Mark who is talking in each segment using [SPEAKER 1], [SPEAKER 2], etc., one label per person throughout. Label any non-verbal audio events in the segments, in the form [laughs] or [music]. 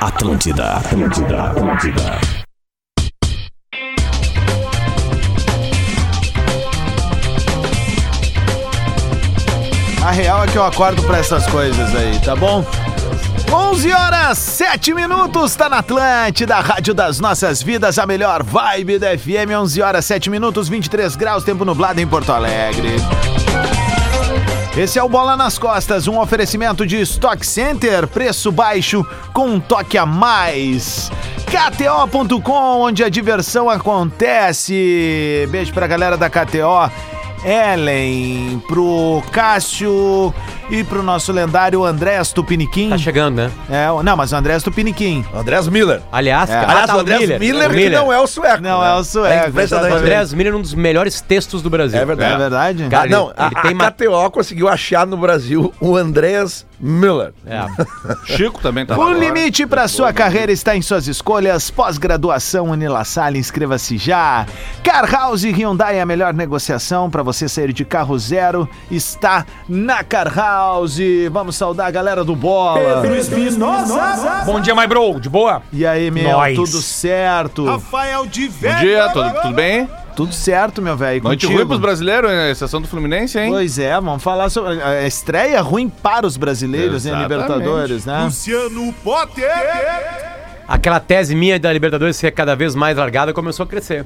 [SPEAKER 1] Atlântida, Atlântida, Atlântida.
[SPEAKER 2] A real é que eu acordo pra essas coisas aí, tá bom? 11 horas 7 minutos, tá na Atlântida, Rádio das Nossas Vidas, a melhor vibe da FM, 11 horas 7 minutos, 23 graus, tempo nublado em Porto Alegre. Esse é o Bola nas Costas, um oferecimento de Stock Center, preço baixo com um toque a mais. KTO.com, onde a diversão acontece. Beijo pra galera da KTO. Ellen, pro Cássio e pro nosso lendário André Stupiniquim.
[SPEAKER 3] Tá chegando, né?
[SPEAKER 2] É, o- não, mas o André Stupiniquim.
[SPEAKER 4] Andrés Miller. É.
[SPEAKER 3] Aliás, cara. Tá
[SPEAKER 4] Aliás,
[SPEAKER 3] Ah, tá,
[SPEAKER 4] o Andrés Miller, que não é o sueco.
[SPEAKER 2] Não,
[SPEAKER 4] né?
[SPEAKER 2] é o sueco,
[SPEAKER 4] É impressionante.
[SPEAKER 3] O Andrés Miller é um dos melhores textos do Brasil.
[SPEAKER 4] É verdade.
[SPEAKER 2] É verdade?
[SPEAKER 3] Cara,
[SPEAKER 4] Ah, não,
[SPEAKER 3] ele-
[SPEAKER 4] a,
[SPEAKER 3] ele tem
[SPEAKER 4] a
[SPEAKER 3] ma-
[SPEAKER 4] KTO conseguiu achar no Brasil o Andrés Miller.
[SPEAKER 3] É.
[SPEAKER 5] Chico também tá
[SPEAKER 2] O
[SPEAKER 5] lá.
[SPEAKER 2] limite para sua carreira está em suas escolhas. Pós-graduação Unilassalle, inscreva-se já. Car House e Hyundai é a melhor negociação para você sair de carro zero. Está na Car House. Vamos saudar a galera do Bola.
[SPEAKER 6] Bom dia, my bro. De boa?
[SPEAKER 2] E aí, meu,
[SPEAKER 6] Nós.
[SPEAKER 2] tudo certo?
[SPEAKER 5] Bom dia, tudo, tudo bem?
[SPEAKER 2] Tudo certo, meu velho.
[SPEAKER 5] Noite
[SPEAKER 2] Contigo?
[SPEAKER 5] ruim pros brasileiros, né? Exceção do Fluminense, hein?
[SPEAKER 2] Pois é, vamos falar sobre a estreia ruim para os brasileiros em
[SPEAKER 5] Exatamente.
[SPEAKER 2] Libertadores, né?
[SPEAKER 3] Aquela tese minha da Libertadores ser cada vez mais largada começou a crescer.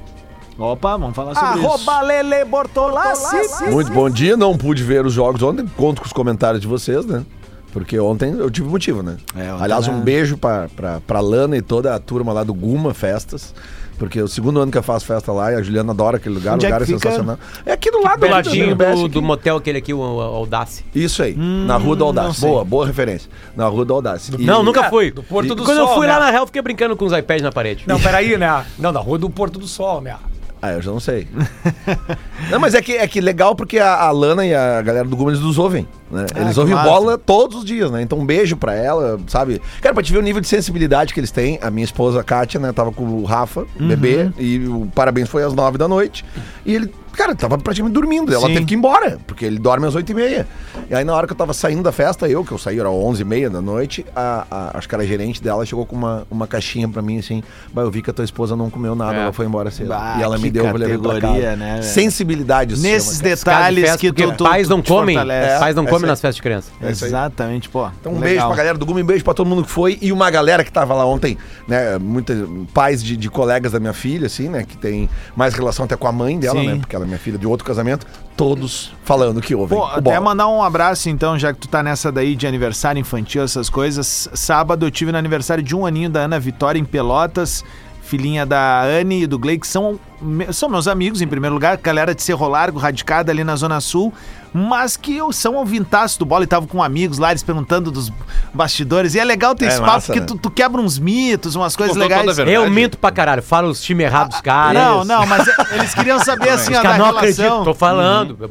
[SPEAKER 2] Opa, vamos falar sobre isso. Lele Bortolassi.
[SPEAKER 4] Muito bom dia, não pude ver os jogos ontem, conto com os comentários de vocês, né? Porque ontem eu tive motivo, né?
[SPEAKER 2] É, ontem
[SPEAKER 4] Aliás,
[SPEAKER 2] lá-
[SPEAKER 4] um beijo pra, pra, pra Lana e toda a turma lá do Guma Festas, porque é o segundo ano que eu faço festa lá e a Juliana adora aquele lugar,
[SPEAKER 2] Onde
[SPEAKER 4] o
[SPEAKER 2] é
[SPEAKER 4] lugar
[SPEAKER 2] que
[SPEAKER 4] é
[SPEAKER 2] fica?
[SPEAKER 4] sensacional. É aqui do lado
[SPEAKER 3] Do
[SPEAKER 4] aqui
[SPEAKER 3] ladinho
[SPEAKER 4] do BS
[SPEAKER 3] do,
[SPEAKER 4] aqui.
[SPEAKER 3] do motel aquele aqui, o o- o Audace.
[SPEAKER 4] Isso aí, na Rua da
[SPEAKER 2] não
[SPEAKER 4] Audácia.
[SPEAKER 2] sei.
[SPEAKER 4] Boa, boa referência. Na Rua da Audácia. E-
[SPEAKER 3] Não, nunca
[SPEAKER 6] É,
[SPEAKER 3] fui.
[SPEAKER 6] do Porto do
[SPEAKER 3] Quando eu
[SPEAKER 6] Sol,
[SPEAKER 3] fui
[SPEAKER 6] né?
[SPEAKER 3] lá na real, fiquei brincando com os iPads na parede.
[SPEAKER 6] Não, peraí, né? Não, da rua do Porto do Sol, né?
[SPEAKER 4] Ah, eu já não sei. [laughs] não, mas é que, é que legal porque a, a Lana e a galera do Gumes nos ouvem, né? eles
[SPEAKER 2] Ah, que
[SPEAKER 4] ouvem
[SPEAKER 2] massa.
[SPEAKER 4] bola todos os dias, né? Então um beijo pra ela, sabe? Cara, pra te ver o nível de sensibilidade que eles têm, a minha esposa, a Kátia, né? Tava com o Rafa,
[SPEAKER 2] Uhum.
[SPEAKER 4] bebê, e o parabéns foi às nove da noite. E ele, cara, tava praticamente dormindo. Ela
[SPEAKER 2] Sim.
[SPEAKER 4] teve que ir embora, porque ele dorme às oito e meia. E aí na hora que eu tava saindo da festa, eu, que eu saí, era onze e meia da noite, a, a- acho que era a gerente dela, chegou com uma, uma caixinha pra mim, assim, "Bah, eu vi que a tua esposa não comeu nada,
[SPEAKER 2] É.
[SPEAKER 4] ela foi embora cedo.
[SPEAKER 2] Bah,
[SPEAKER 4] e ela
[SPEAKER 2] que
[SPEAKER 4] me deu eu levei pra
[SPEAKER 2] categoria,
[SPEAKER 4] casa.
[SPEAKER 2] né, velho?
[SPEAKER 4] Sensibilidade. isso
[SPEAKER 2] Nesses
[SPEAKER 4] chama, cara.
[SPEAKER 2] detalhes
[SPEAKER 3] Caso de festa,
[SPEAKER 2] que tu,
[SPEAKER 3] porque
[SPEAKER 2] tu,
[SPEAKER 3] pais
[SPEAKER 2] tu
[SPEAKER 3] não
[SPEAKER 2] te
[SPEAKER 3] comem,
[SPEAKER 2] fortalece.
[SPEAKER 3] pais não
[SPEAKER 4] É,
[SPEAKER 3] comem
[SPEAKER 4] é
[SPEAKER 3] nas festas de criança.
[SPEAKER 4] É isso aí.
[SPEAKER 2] Exatamente, pô.
[SPEAKER 4] Então, um beijo pra galera do Gumi, um beijo pra todo mundo que foi e uma galera que tava lá ontem, né? Muitos pais de, de colegas da minha filha, assim, né? Que tem mais relação até com a mãe dela,
[SPEAKER 2] Sim.
[SPEAKER 4] né? Porque ela é minha filha de outro casamento. Todos falando que ouvem.
[SPEAKER 2] Pô,
[SPEAKER 4] o
[SPEAKER 2] até
[SPEAKER 4] bola.
[SPEAKER 2] mandar um abraço então, já que tu tá nessa daí de aniversário infantil, essas coisas. Sábado eu tive no aniversário de um aninho da Ana Vitória em Pelotas, filhinha da Anne e do Gley, que são, me- são meus amigos em primeiro lugar, galera de Cerro Largo, radicada ali na Zona Sul, mas que eu são ouvintaço do bola e tava com amigos lá, eles perguntando dos bastidores. E é legal ter
[SPEAKER 4] É
[SPEAKER 2] esse papo,
[SPEAKER 4] massa,
[SPEAKER 2] porque
[SPEAKER 4] né?
[SPEAKER 2] tu, tu quebra uns mitos, umas coisas
[SPEAKER 5] Contou toda
[SPEAKER 2] legais.
[SPEAKER 5] a Verdade.
[SPEAKER 3] Eu minto pra caralho, falo os times errados dos caras.
[SPEAKER 2] Não,
[SPEAKER 3] Isso.
[SPEAKER 2] não, mas eles queriam saber assim, ó, da
[SPEAKER 3] Cara, não
[SPEAKER 2] relação. Uhum.
[SPEAKER 3] acredito, tô falando. Eu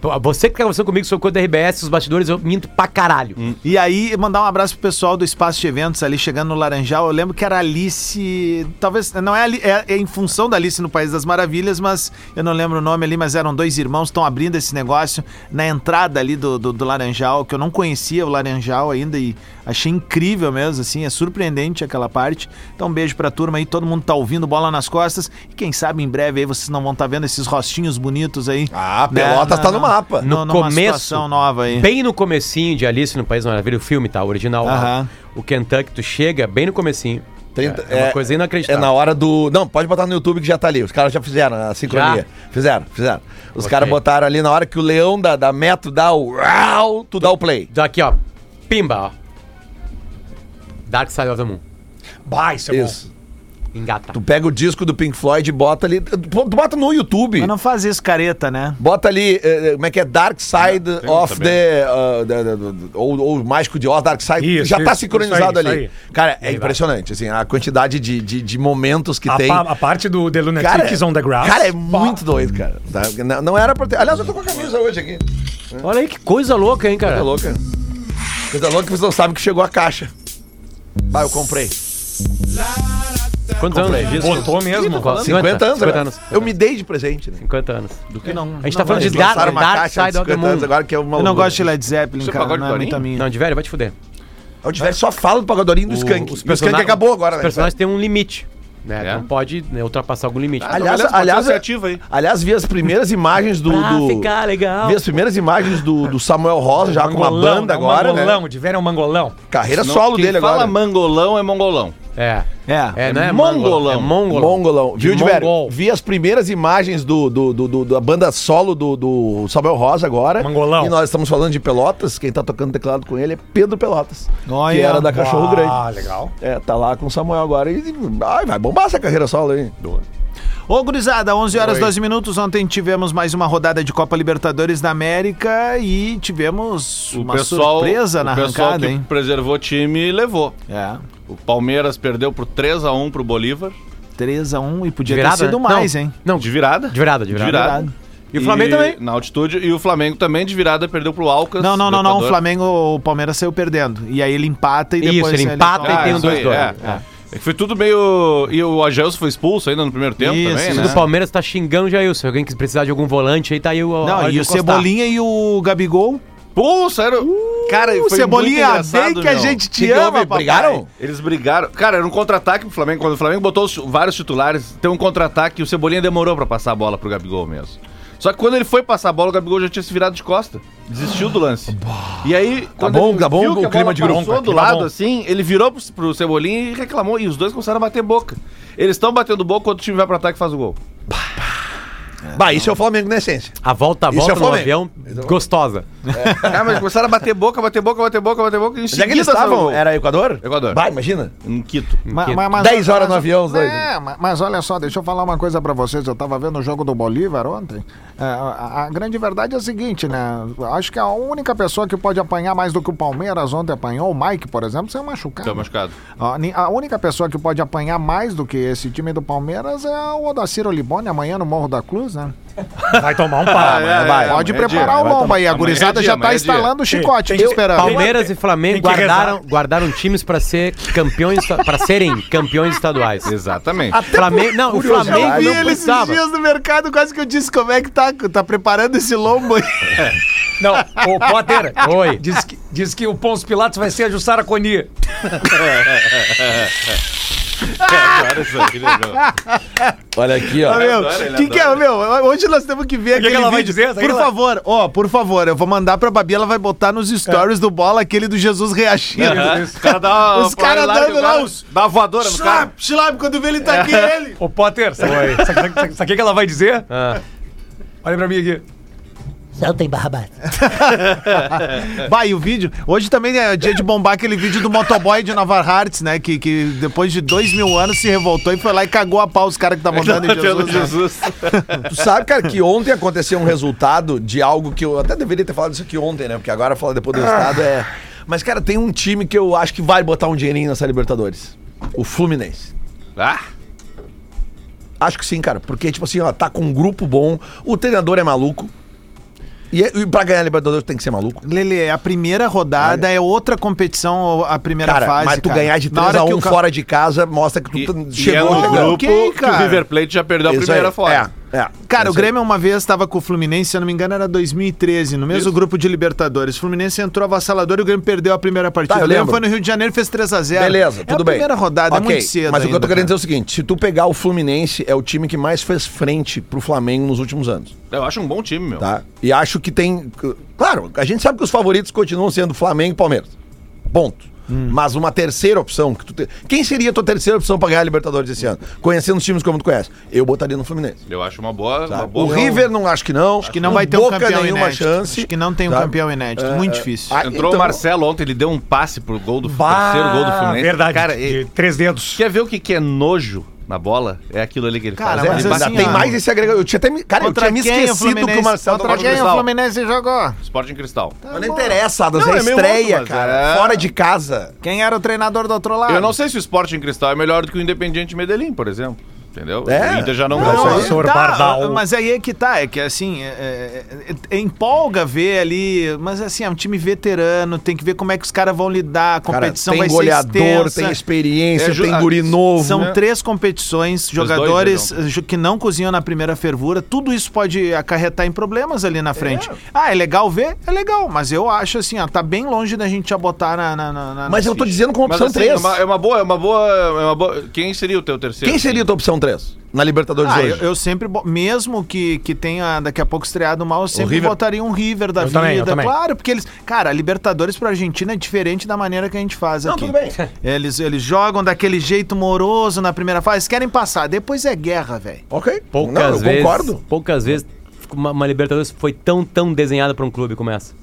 [SPEAKER 3] tô- pô, Você que tá conversando comigo sobre coisa da RBS, os bastidores, eu minto pra caralho.
[SPEAKER 4] Uhum.
[SPEAKER 2] E aí, mandar um abraço pro pessoal do espaço de eventos ali chegando no Laranjal. Eu lembro que era Alice. Talvez. Não é, Ali- é, é em função da Alice no País das Maravilhas, mas eu não lembro o nome ali, mas eram dois irmãos estão abrindo esse negócio na entrada ali do, do, do Laranjal, que eu não conhecia o Laranjal ainda e achei incrível mesmo, assim. É surpreendente aquela parte. Então, um beijo pra turma aí. Todo mundo tá ouvindo bola nas costas. E quem sabe em breve aí vocês não vão estar vendo esses rostinhos bonitos aí.
[SPEAKER 4] Ah, Pelotas tá no mapa.
[SPEAKER 2] No
[SPEAKER 3] No
[SPEAKER 2] começo.
[SPEAKER 3] começo,
[SPEAKER 2] Situação nova aí.
[SPEAKER 3] Bem no comecinho de Alice no País Maravilha, o filme tá, o original.
[SPEAKER 2] Aham.
[SPEAKER 3] O Kentucky, tu chega bem no comecinho.
[SPEAKER 4] Trinta-
[SPEAKER 3] é, é uma coisa
[SPEAKER 4] É
[SPEAKER 3] inacreditável.
[SPEAKER 4] na hora do. Não, pode botar no YouTube que já tá ali. Os caras já fizeram a sincronia. Fizeram, fizeram. Os
[SPEAKER 3] Ok.
[SPEAKER 4] caras botaram ali na hora que o leão da, da Meto dá o. Uau, tu dá o play.
[SPEAKER 3] Daqui, ó. Pimba, ó. Dark Side of the Moon.
[SPEAKER 6] Bah, isso é
[SPEAKER 4] Isso.
[SPEAKER 3] Engata.
[SPEAKER 4] Tu pega o disco do Pink Floyd e bota ali. Tu tu bota no YouTube.
[SPEAKER 2] Mas não faz isso careta, né?
[SPEAKER 4] Bota ali, eh, como é que é? Dark Side
[SPEAKER 5] tem um
[SPEAKER 4] of
[SPEAKER 5] também.
[SPEAKER 4] the. uh, da- da- da- ou, ou Mágico de Oz, Dark Side.
[SPEAKER 6] Isso,
[SPEAKER 4] já tá
[SPEAKER 6] isso,
[SPEAKER 4] sincronizado
[SPEAKER 6] isso aí,
[SPEAKER 4] ali.
[SPEAKER 6] isso
[SPEAKER 4] Cara, é impressionante, assim, a quantidade de, de, de momentos que
[SPEAKER 6] bom. A,
[SPEAKER 4] tem.
[SPEAKER 6] pa- a parte do The
[SPEAKER 4] Cara,
[SPEAKER 6] Lunatics on the Grass.
[SPEAKER 4] cara, é muito doido, cara. tá? Não, não era pra ter. Aliás, eu tô com a camisa hoje aqui.
[SPEAKER 3] Olha aí que coisa louca, hein, cara.
[SPEAKER 4] Coisa louca. Coisa louca que vocês não sabem que chegou a caixa. Ah, eu comprei.
[SPEAKER 3] Quantos anos disso?
[SPEAKER 6] Botou mesmo.
[SPEAKER 3] 50,
[SPEAKER 4] 50 anos,
[SPEAKER 3] 50
[SPEAKER 4] né?
[SPEAKER 3] anos.
[SPEAKER 4] Eu me dei de presente, né?
[SPEAKER 3] 50 anos.
[SPEAKER 2] Que não,
[SPEAKER 3] A gente tá falando de
[SPEAKER 4] Eles
[SPEAKER 3] Dark,
[SPEAKER 4] lançaram uma
[SPEAKER 3] Dark
[SPEAKER 4] caixa de
[SPEAKER 3] Side of the
[SPEAKER 4] 50
[SPEAKER 3] Moon.
[SPEAKER 4] anos agora que é uma
[SPEAKER 2] Eu não
[SPEAKER 4] loucura.
[SPEAKER 2] gosto de Led Zeppelin,
[SPEAKER 5] Você
[SPEAKER 2] cara.
[SPEAKER 5] pagou de
[SPEAKER 2] Não é
[SPEAKER 5] Dorinho?
[SPEAKER 2] muita minha.
[SPEAKER 3] Não, de velho, vai te fuder.
[SPEAKER 4] É o Diverso só fala do Pagodorinho e do Skank.
[SPEAKER 3] os
[SPEAKER 4] E o Skank
[SPEAKER 3] personagens-
[SPEAKER 4] acabou agora,
[SPEAKER 3] Os
[SPEAKER 4] né?
[SPEAKER 3] personagens têm um limite. Né?
[SPEAKER 5] É?
[SPEAKER 3] Não pode né, ultrapassar algum limite.
[SPEAKER 5] Ah,
[SPEAKER 4] Aliás,
[SPEAKER 5] então beleza,
[SPEAKER 4] aliás,
[SPEAKER 5] pode ser ativa aí.
[SPEAKER 4] aliás, vi as primeiras imagens
[SPEAKER 3] [laughs]
[SPEAKER 4] do. do-
[SPEAKER 3] legal.
[SPEAKER 4] vi as primeiras imagens do, do Samuel Rosa, já com uma
[SPEAKER 6] Mangolão,
[SPEAKER 4] banda
[SPEAKER 6] é um
[SPEAKER 4] agora. Né?
[SPEAKER 6] Mangolão, de velho é um mangolão.
[SPEAKER 4] Carreira
[SPEAKER 5] Não,
[SPEAKER 4] solo
[SPEAKER 5] quem
[SPEAKER 4] dele
[SPEAKER 5] fala
[SPEAKER 4] agora.
[SPEAKER 5] mangolão é mongolão.
[SPEAKER 3] É.
[SPEAKER 2] É.
[SPEAKER 3] É,
[SPEAKER 5] É
[SPEAKER 3] não é
[SPEAKER 5] mongolão.
[SPEAKER 3] mongolão. É mongolão.
[SPEAKER 4] Mongolão. Viu,
[SPEAKER 3] De
[SPEAKER 4] de velho?
[SPEAKER 3] Mongol.
[SPEAKER 4] Vi as primeiras imagens do, do, do- do- da banda solo do, do Samuel Rosa agora.
[SPEAKER 6] Mangolão.
[SPEAKER 4] E nós estamos falando de Pelotas. Quem tá tocando teclado com ele é Pedro Pelotas.
[SPEAKER 2] Olha.
[SPEAKER 4] Que era da Cachorro
[SPEAKER 6] Ah,
[SPEAKER 4] Grande.
[SPEAKER 6] legal.
[SPEAKER 4] É, tá lá com o Samuel agora. E, ai, vai bombar essa carreira solo aí.
[SPEAKER 2] Ô, gurizada, 11 horas 12 minutos. Ontem tivemos mais uma rodada de Copa Libertadores da América e tivemos uma surpresa na
[SPEAKER 5] o pessoal
[SPEAKER 2] arrancada,
[SPEAKER 5] que
[SPEAKER 2] hein?
[SPEAKER 5] preservou o time levou.
[SPEAKER 2] É.
[SPEAKER 5] O Palmeiras perdeu por 3x1 pro Bolívar.
[SPEAKER 2] 3x1 e podia
[SPEAKER 3] Virada,
[SPEAKER 2] ter sido
[SPEAKER 3] né?
[SPEAKER 2] mais,
[SPEAKER 3] Não.
[SPEAKER 2] hein?
[SPEAKER 3] Não,
[SPEAKER 5] De
[SPEAKER 3] de
[SPEAKER 5] virada.
[SPEAKER 3] virada, de virada.
[SPEAKER 2] Virada.
[SPEAKER 3] E o Flamengo também.
[SPEAKER 5] Na altitude. E o Flamengo também de virada perdeu pro Alcas.
[SPEAKER 2] Não, não, não, não. O
[SPEAKER 5] Libertadores.
[SPEAKER 2] Flamengo, o Palmeiras saiu perdendo. E aí ele empata e depois.
[SPEAKER 3] Isso, ele empata e
[SPEAKER 5] Ah,
[SPEAKER 3] tem um
[SPEAKER 5] isso aí,
[SPEAKER 3] 2 2
[SPEAKER 5] é. É que foi tudo meio. E o Agelso foi expulso ainda no primeiro tempo
[SPEAKER 2] Isso,
[SPEAKER 5] também,
[SPEAKER 2] isso
[SPEAKER 5] né?
[SPEAKER 3] O do Palmeiras tá xingando o Jailson. Alguém que precisar de algum volante aí, tá aí o. a
[SPEAKER 2] Não,
[SPEAKER 3] hora
[SPEAKER 2] e
[SPEAKER 3] de
[SPEAKER 2] o
[SPEAKER 3] encostar.
[SPEAKER 2] Cebolinha e o Gabigol.
[SPEAKER 5] Expulso, era.
[SPEAKER 4] Uh,
[SPEAKER 5] cara,
[SPEAKER 2] o
[SPEAKER 5] foi
[SPEAKER 2] Cebolinha,
[SPEAKER 5] muito engraçado,
[SPEAKER 2] bem que a
[SPEAKER 5] meu.
[SPEAKER 2] gente te
[SPEAKER 4] Que que
[SPEAKER 2] ama,
[SPEAKER 4] houve?
[SPEAKER 2] papai.
[SPEAKER 4] Brigaram?
[SPEAKER 5] Eles brigaram. Cara, era um contra-ataque pro Flamengo. Quando o Flamengo botou os- vários titulares, tem um contra-ataque e o Cebolinha demorou pra passar a bola pro Gabigol mesmo. Só que quando ele foi passar a bola, o Gabigol já tinha se virado de costa. Desistiu do lance. E aí, quando
[SPEAKER 4] bom,
[SPEAKER 5] ele
[SPEAKER 4] tá bom
[SPEAKER 5] viu
[SPEAKER 4] o
[SPEAKER 5] que a
[SPEAKER 4] clima
[SPEAKER 5] bola
[SPEAKER 4] de bronca,
[SPEAKER 5] passou do
[SPEAKER 4] clima
[SPEAKER 5] lado,
[SPEAKER 4] bom.
[SPEAKER 5] assim, ele virou pro, pro Cebolinha e reclamou. E os dois começaram a bater boca. Eles estão batendo boca, quando o time vai pro ataque e faz o gol.
[SPEAKER 4] Bah, isso é o Flamengo na essência.
[SPEAKER 3] A volta a
[SPEAKER 4] Isso
[SPEAKER 3] volta
[SPEAKER 4] é o
[SPEAKER 3] no
[SPEAKER 4] Flamengo.
[SPEAKER 3] avião, gostosa.
[SPEAKER 5] [laughs] Ah, mas começaram a bater boca, bater boca, bater boca, bater boca. E em
[SPEAKER 4] Onde é que eles
[SPEAKER 5] seguida saiu o
[SPEAKER 4] estavam?
[SPEAKER 5] gol.
[SPEAKER 4] Era Equador?
[SPEAKER 5] Equador.
[SPEAKER 4] Bah, imagina.
[SPEAKER 5] Em Quito.
[SPEAKER 2] Ma-
[SPEAKER 3] Que-
[SPEAKER 2] ma- mas-
[SPEAKER 4] 10 horas no avião, os dois.
[SPEAKER 5] né?
[SPEAKER 2] É, ma- mas olha só, deixa eu falar uma coisa pra vocês. Eu tava vendo o jogo do Bolívar ontem. É, a, a grande verdade é a seguinte, né? Acho que a única pessoa que pode apanhar mais do que o Palmeiras ontem apanhou, o Mike, por exemplo, saiu machucado.
[SPEAKER 5] Tá machucado.
[SPEAKER 2] Ó, ni- A única pessoa que pode apanhar mais do que esse time do Palmeiras é o Odaciro Liboni, amanhã no Morro da Cruz, né?
[SPEAKER 6] Vai tomar um pau.
[SPEAKER 5] é,
[SPEAKER 4] vai.
[SPEAKER 5] é,
[SPEAKER 2] Pode
[SPEAKER 5] amanhã é
[SPEAKER 2] preparar
[SPEAKER 5] dia,
[SPEAKER 2] o
[SPEAKER 5] vai
[SPEAKER 2] bomba aí. A
[SPEAKER 5] amanhã é
[SPEAKER 2] gurizada
[SPEAKER 5] dia,
[SPEAKER 2] já
[SPEAKER 5] amanhã
[SPEAKER 2] tá
[SPEAKER 5] é dia.
[SPEAKER 2] instalando o chicote
[SPEAKER 6] Tem que
[SPEAKER 2] te
[SPEAKER 6] esperar.
[SPEAKER 2] esperando.
[SPEAKER 3] Palmeiras e Flamengo
[SPEAKER 6] Tem que
[SPEAKER 3] guardaram, guardaram times pra ser campeões, para serem campeões estaduais.
[SPEAKER 5] Exatamente.
[SPEAKER 2] Ah,
[SPEAKER 3] Flamengo, não, o
[SPEAKER 4] curiosidade,
[SPEAKER 3] Flamengo
[SPEAKER 4] eu vi
[SPEAKER 3] não
[SPEAKER 4] ele esses
[SPEAKER 3] precisava.
[SPEAKER 2] no mercado, quase que eu disse como é que tá, tá preparando esse lombo aí.
[SPEAKER 6] Não, o Potter.
[SPEAKER 3] Oi.
[SPEAKER 6] Diz que, diz que o Pons Pilatos vai ser a Jussara Coni.
[SPEAKER 5] Olha
[SPEAKER 2] [laughs]
[SPEAKER 5] isso aqui, legal.
[SPEAKER 4] Olha aqui, ó.
[SPEAKER 2] Meu,
[SPEAKER 5] adora, ele
[SPEAKER 2] que que é,
[SPEAKER 5] adora.
[SPEAKER 2] meu, hoje nós temos que ver
[SPEAKER 6] que
[SPEAKER 2] aquele
[SPEAKER 6] ela vai
[SPEAKER 2] vídeo.
[SPEAKER 6] dizer? Sabe o que
[SPEAKER 2] Por
[SPEAKER 6] ela-
[SPEAKER 2] favor, ó, por favor, eu vou mandar pra Babi, ela vai botar nos stories do Bola aquele do Jesus Reagindo.
[SPEAKER 5] Os caras dão
[SPEAKER 2] Os caras dando lá os...
[SPEAKER 5] Dá uma voadora no
[SPEAKER 2] [laughs]
[SPEAKER 5] cara.
[SPEAKER 2] Schlapp, Schlapp, quando vê ele tá aqui, é
[SPEAKER 6] [laughs]
[SPEAKER 2] ele.
[SPEAKER 6] Ô, Potter, sabe o que ela vai dizer?
[SPEAKER 3] Ah.
[SPEAKER 6] Olha pra mim aqui.
[SPEAKER 7] Soltem Barrabás.
[SPEAKER 2] Vai, e o vídeo. Hoje também é dia de bombar aquele vídeo do motoboy de Nova Hartz, né? Que, que depois de dois mil anos se revoltou e foi lá e cagou a pau os caras que estavam andando em Jesus. né?
[SPEAKER 4] Tu sabe, cara, que ontem aconteceu um resultado de algo que eu até deveria ter falado isso aqui ontem, né? Porque agora falar depois do resultado é. Mas, cara, tem um time que eu acho que vai botar um dinheirinho nessa Libertadores: o Fluminense.
[SPEAKER 5] Ah,
[SPEAKER 4] Acho que sim, cara. Porque, tipo assim, ó, tá com um grupo bom, o treinador é maluco. E, é- e pra ganhar a Libertadores tem que ser maluco.
[SPEAKER 2] Lele, a primeira rodada é outra competição, a primeira
[SPEAKER 4] Cara,
[SPEAKER 2] fase.
[SPEAKER 4] mas tu
[SPEAKER 2] cara.
[SPEAKER 4] ganhar de
[SPEAKER 2] Na hora que
[SPEAKER 4] 3x1
[SPEAKER 2] o ca-
[SPEAKER 4] fora de casa mostra que tu
[SPEAKER 5] e,
[SPEAKER 4] t-
[SPEAKER 5] e é
[SPEAKER 4] chegou
[SPEAKER 5] no
[SPEAKER 4] chegando.
[SPEAKER 5] grupo
[SPEAKER 2] Ok,
[SPEAKER 5] que o
[SPEAKER 2] cara.
[SPEAKER 5] River Plate já perdeu a
[SPEAKER 4] Isso
[SPEAKER 5] primeira
[SPEAKER 4] aí.
[SPEAKER 5] fora.
[SPEAKER 4] É, é.
[SPEAKER 2] Cara, o
[SPEAKER 4] Isso aí.
[SPEAKER 2] Grêmio uma vez estava com o Fluminense, se eu não me engano, era 2013, no mesmo grupo de Libertadores. O Fluminense entrou avassalador e o Grêmio perdeu a primeira partida.
[SPEAKER 4] Tá, eu
[SPEAKER 2] o Grêmio
[SPEAKER 4] lembro.
[SPEAKER 2] foi no Rio de Janeiro e fez 3x0.
[SPEAKER 4] Beleza,
[SPEAKER 2] É
[SPEAKER 4] tudo
[SPEAKER 2] a
[SPEAKER 4] bem.
[SPEAKER 2] primeira rodada,
[SPEAKER 4] Ok,
[SPEAKER 2] é muito cedo.
[SPEAKER 4] Mas o que eu tô
[SPEAKER 2] ainda,
[SPEAKER 4] querendo dizer
[SPEAKER 2] cara.
[SPEAKER 4] é o seguinte: se tu pegar o Fluminense, é o time que mais fez frente pro Flamengo nos últimos anos,
[SPEAKER 5] Eu acho um bom time, meu.
[SPEAKER 2] Então.
[SPEAKER 4] tá? E acho que tem. Claro, a gente sabe que os favoritos continuam sendo Flamengo e Palmeiras. Ponto.
[SPEAKER 2] Hum.
[SPEAKER 4] Mas uma terceira opção que tu te... Quem seria a tua terceira opção pra ganhar a Libertadores esse ano? Conhecendo os times como tu conhece, eu botaria no Fluminense.
[SPEAKER 5] Eu acho uma boa.
[SPEAKER 4] tá?
[SPEAKER 5] Uma boa
[SPEAKER 4] o River não acho que não.
[SPEAKER 2] Que não
[SPEAKER 4] O
[SPEAKER 2] vai ter um
[SPEAKER 4] Boca
[SPEAKER 2] campeão
[SPEAKER 4] nenhuma
[SPEAKER 2] inédito.
[SPEAKER 4] chance.
[SPEAKER 2] Acho que não tem um
[SPEAKER 4] sabe?
[SPEAKER 2] campeão inédito. muito difícil.
[SPEAKER 4] Ah,
[SPEAKER 5] Entrou
[SPEAKER 4] então-
[SPEAKER 5] o Marcelo ontem, ele deu um passe pro gol do terceiro
[SPEAKER 6] Bah,
[SPEAKER 5] gol do Fluminense.
[SPEAKER 6] Ah, Verdade.
[SPEAKER 5] Cara,
[SPEAKER 6] de
[SPEAKER 5] e-
[SPEAKER 6] três dedos.
[SPEAKER 5] quer ver o que, que é nojo na bola? É aquilo ali que ele
[SPEAKER 2] Cara,
[SPEAKER 5] faz.
[SPEAKER 2] mas
[SPEAKER 5] ele
[SPEAKER 4] ainda
[SPEAKER 2] assim,
[SPEAKER 4] tem
[SPEAKER 2] ó.
[SPEAKER 4] mais esse agregado. é Eu tinha até me... Cara, eu tinha me
[SPEAKER 2] quem o
[SPEAKER 4] esquecido que o
[SPEAKER 2] Fluminense-
[SPEAKER 4] Marcelo
[SPEAKER 2] contra
[SPEAKER 4] tava
[SPEAKER 2] quem o
[SPEAKER 4] começando.
[SPEAKER 2] Fluminense jogou?
[SPEAKER 5] Esporte em cristal.
[SPEAKER 2] Tá.
[SPEAKER 4] Mas não interessa, Adas,
[SPEAKER 5] Não,
[SPEAKER 4] é,
[SPEAKER 5] é meio
[SPEAKER 4] estreia,
[SPEAKER 5] outro, mas
[SPEAKER 4] cara.
[SPEAKER 5] é.
[SPEAKER 4] Fora de casa.
[SPEAKER 2] Quem era o treinador do outro lado?
[SPEAKER 5] Eu não sei se o esporte em cristal é melhor do que o Independiente Medellín, por exemplo. Entendeu?
[SPEAKER 4] É.
[SPEAKER 5] O Inter já não,
[SPEAKER 2] Não,
[SPEAKER 5] ganhou.
[SPEAKER 2] aí
[SPEAKER 6] Professor
[SPEAKER 2] tá,
[SPEAKER 6] Bardal.
[SPEAKER 2] Mas aí é que tá, é que assim, é- é- é- empolga ver ali, mas assim, é um time veterano, tem que ver como é que os caras vão lidar, a
[SPEAKER 4] Cara,
[SPEAKER 2] competição
[SPEAKER 4] tem
[SPEAKER 2] vai
[SPEAKER 4] goleador,
[SPEAKER 2] ser
[SPEAKER 4] tem
[SPEAKER 2] extensa.
[SPEAKER 4] experiência,
[SPEAKER 5] É ju-
[SPEAKER 4] tem
[SPEAKER 5] ah,
[SPEAKER 4] guri novo.
[SPEAKER 2] São
[SPEAKER 5] né?
[SPEAKER 2] três competições, jogadores
[SPEAKER 5] dois,
[SPEAKER 2] ju- que não cozinham na primeira fervura, tudo isso pode acarretar em problemas ali na frente. Ah, é legal ver? É legal, mas eu acho assim, ó, tá bem longe da gente já botar na. na, na- na-
[SPEAKER 4] Mas
[SPEAKER 2] na
[SPEAKER 4] eu tô
[SPEAKER 2] ficha.
[SPEAKER 4] dizendo como
[SPEAKER 5] Mas
[SPEAKER 4] opção
[SPEAKER 5] assim, é
[SPEAKER 4] 3.
[SPEAKER 5] uma, é uma boa, é uma boa, é uma boa. Quem seria o teu terceiro?
[SPEAKER 4] Quem
[SPEAKER 5] [laughs]
[SPEAKER 4] seria a tua opção 3 na Libertadores
[SPEAKER 2] Ah,
[SPEAKER 4] hoje?
[SPEAKER 2] eu, eu sempre, bo- mesmo que, que tenha daqui a pouco estreado mal, eu sempre
[SPEAKER 4] River?
[SPEAKER 2] botaria um River da
[SPEAKER 6] Eu
[SPEAKER 2] vida.
[SPEAKER 6] também, eu também.
[SPEAKER 2] Claro, porque eles. Cara, a Libertadores pra Argentina é diferente da maneira que a gente faz aqui.
[SPEAKER 4] tudo bem.
[SPEAKER 2] Eles, eles jogam daquele jeito moroso na primeira fase, querem passar. Depois é guerra, velho.
[SPEAKER 4] Ok.
[SPEAKER 3] Poucas
[SPEAKER 4] Não, eu
[SPEAKER 3] vezes.
[SPEAKER 4] concordo.
[SPEAKER 3] Poucas vezes uma, uma Libertadores foi tão, tão desenhada pra um clube como essa.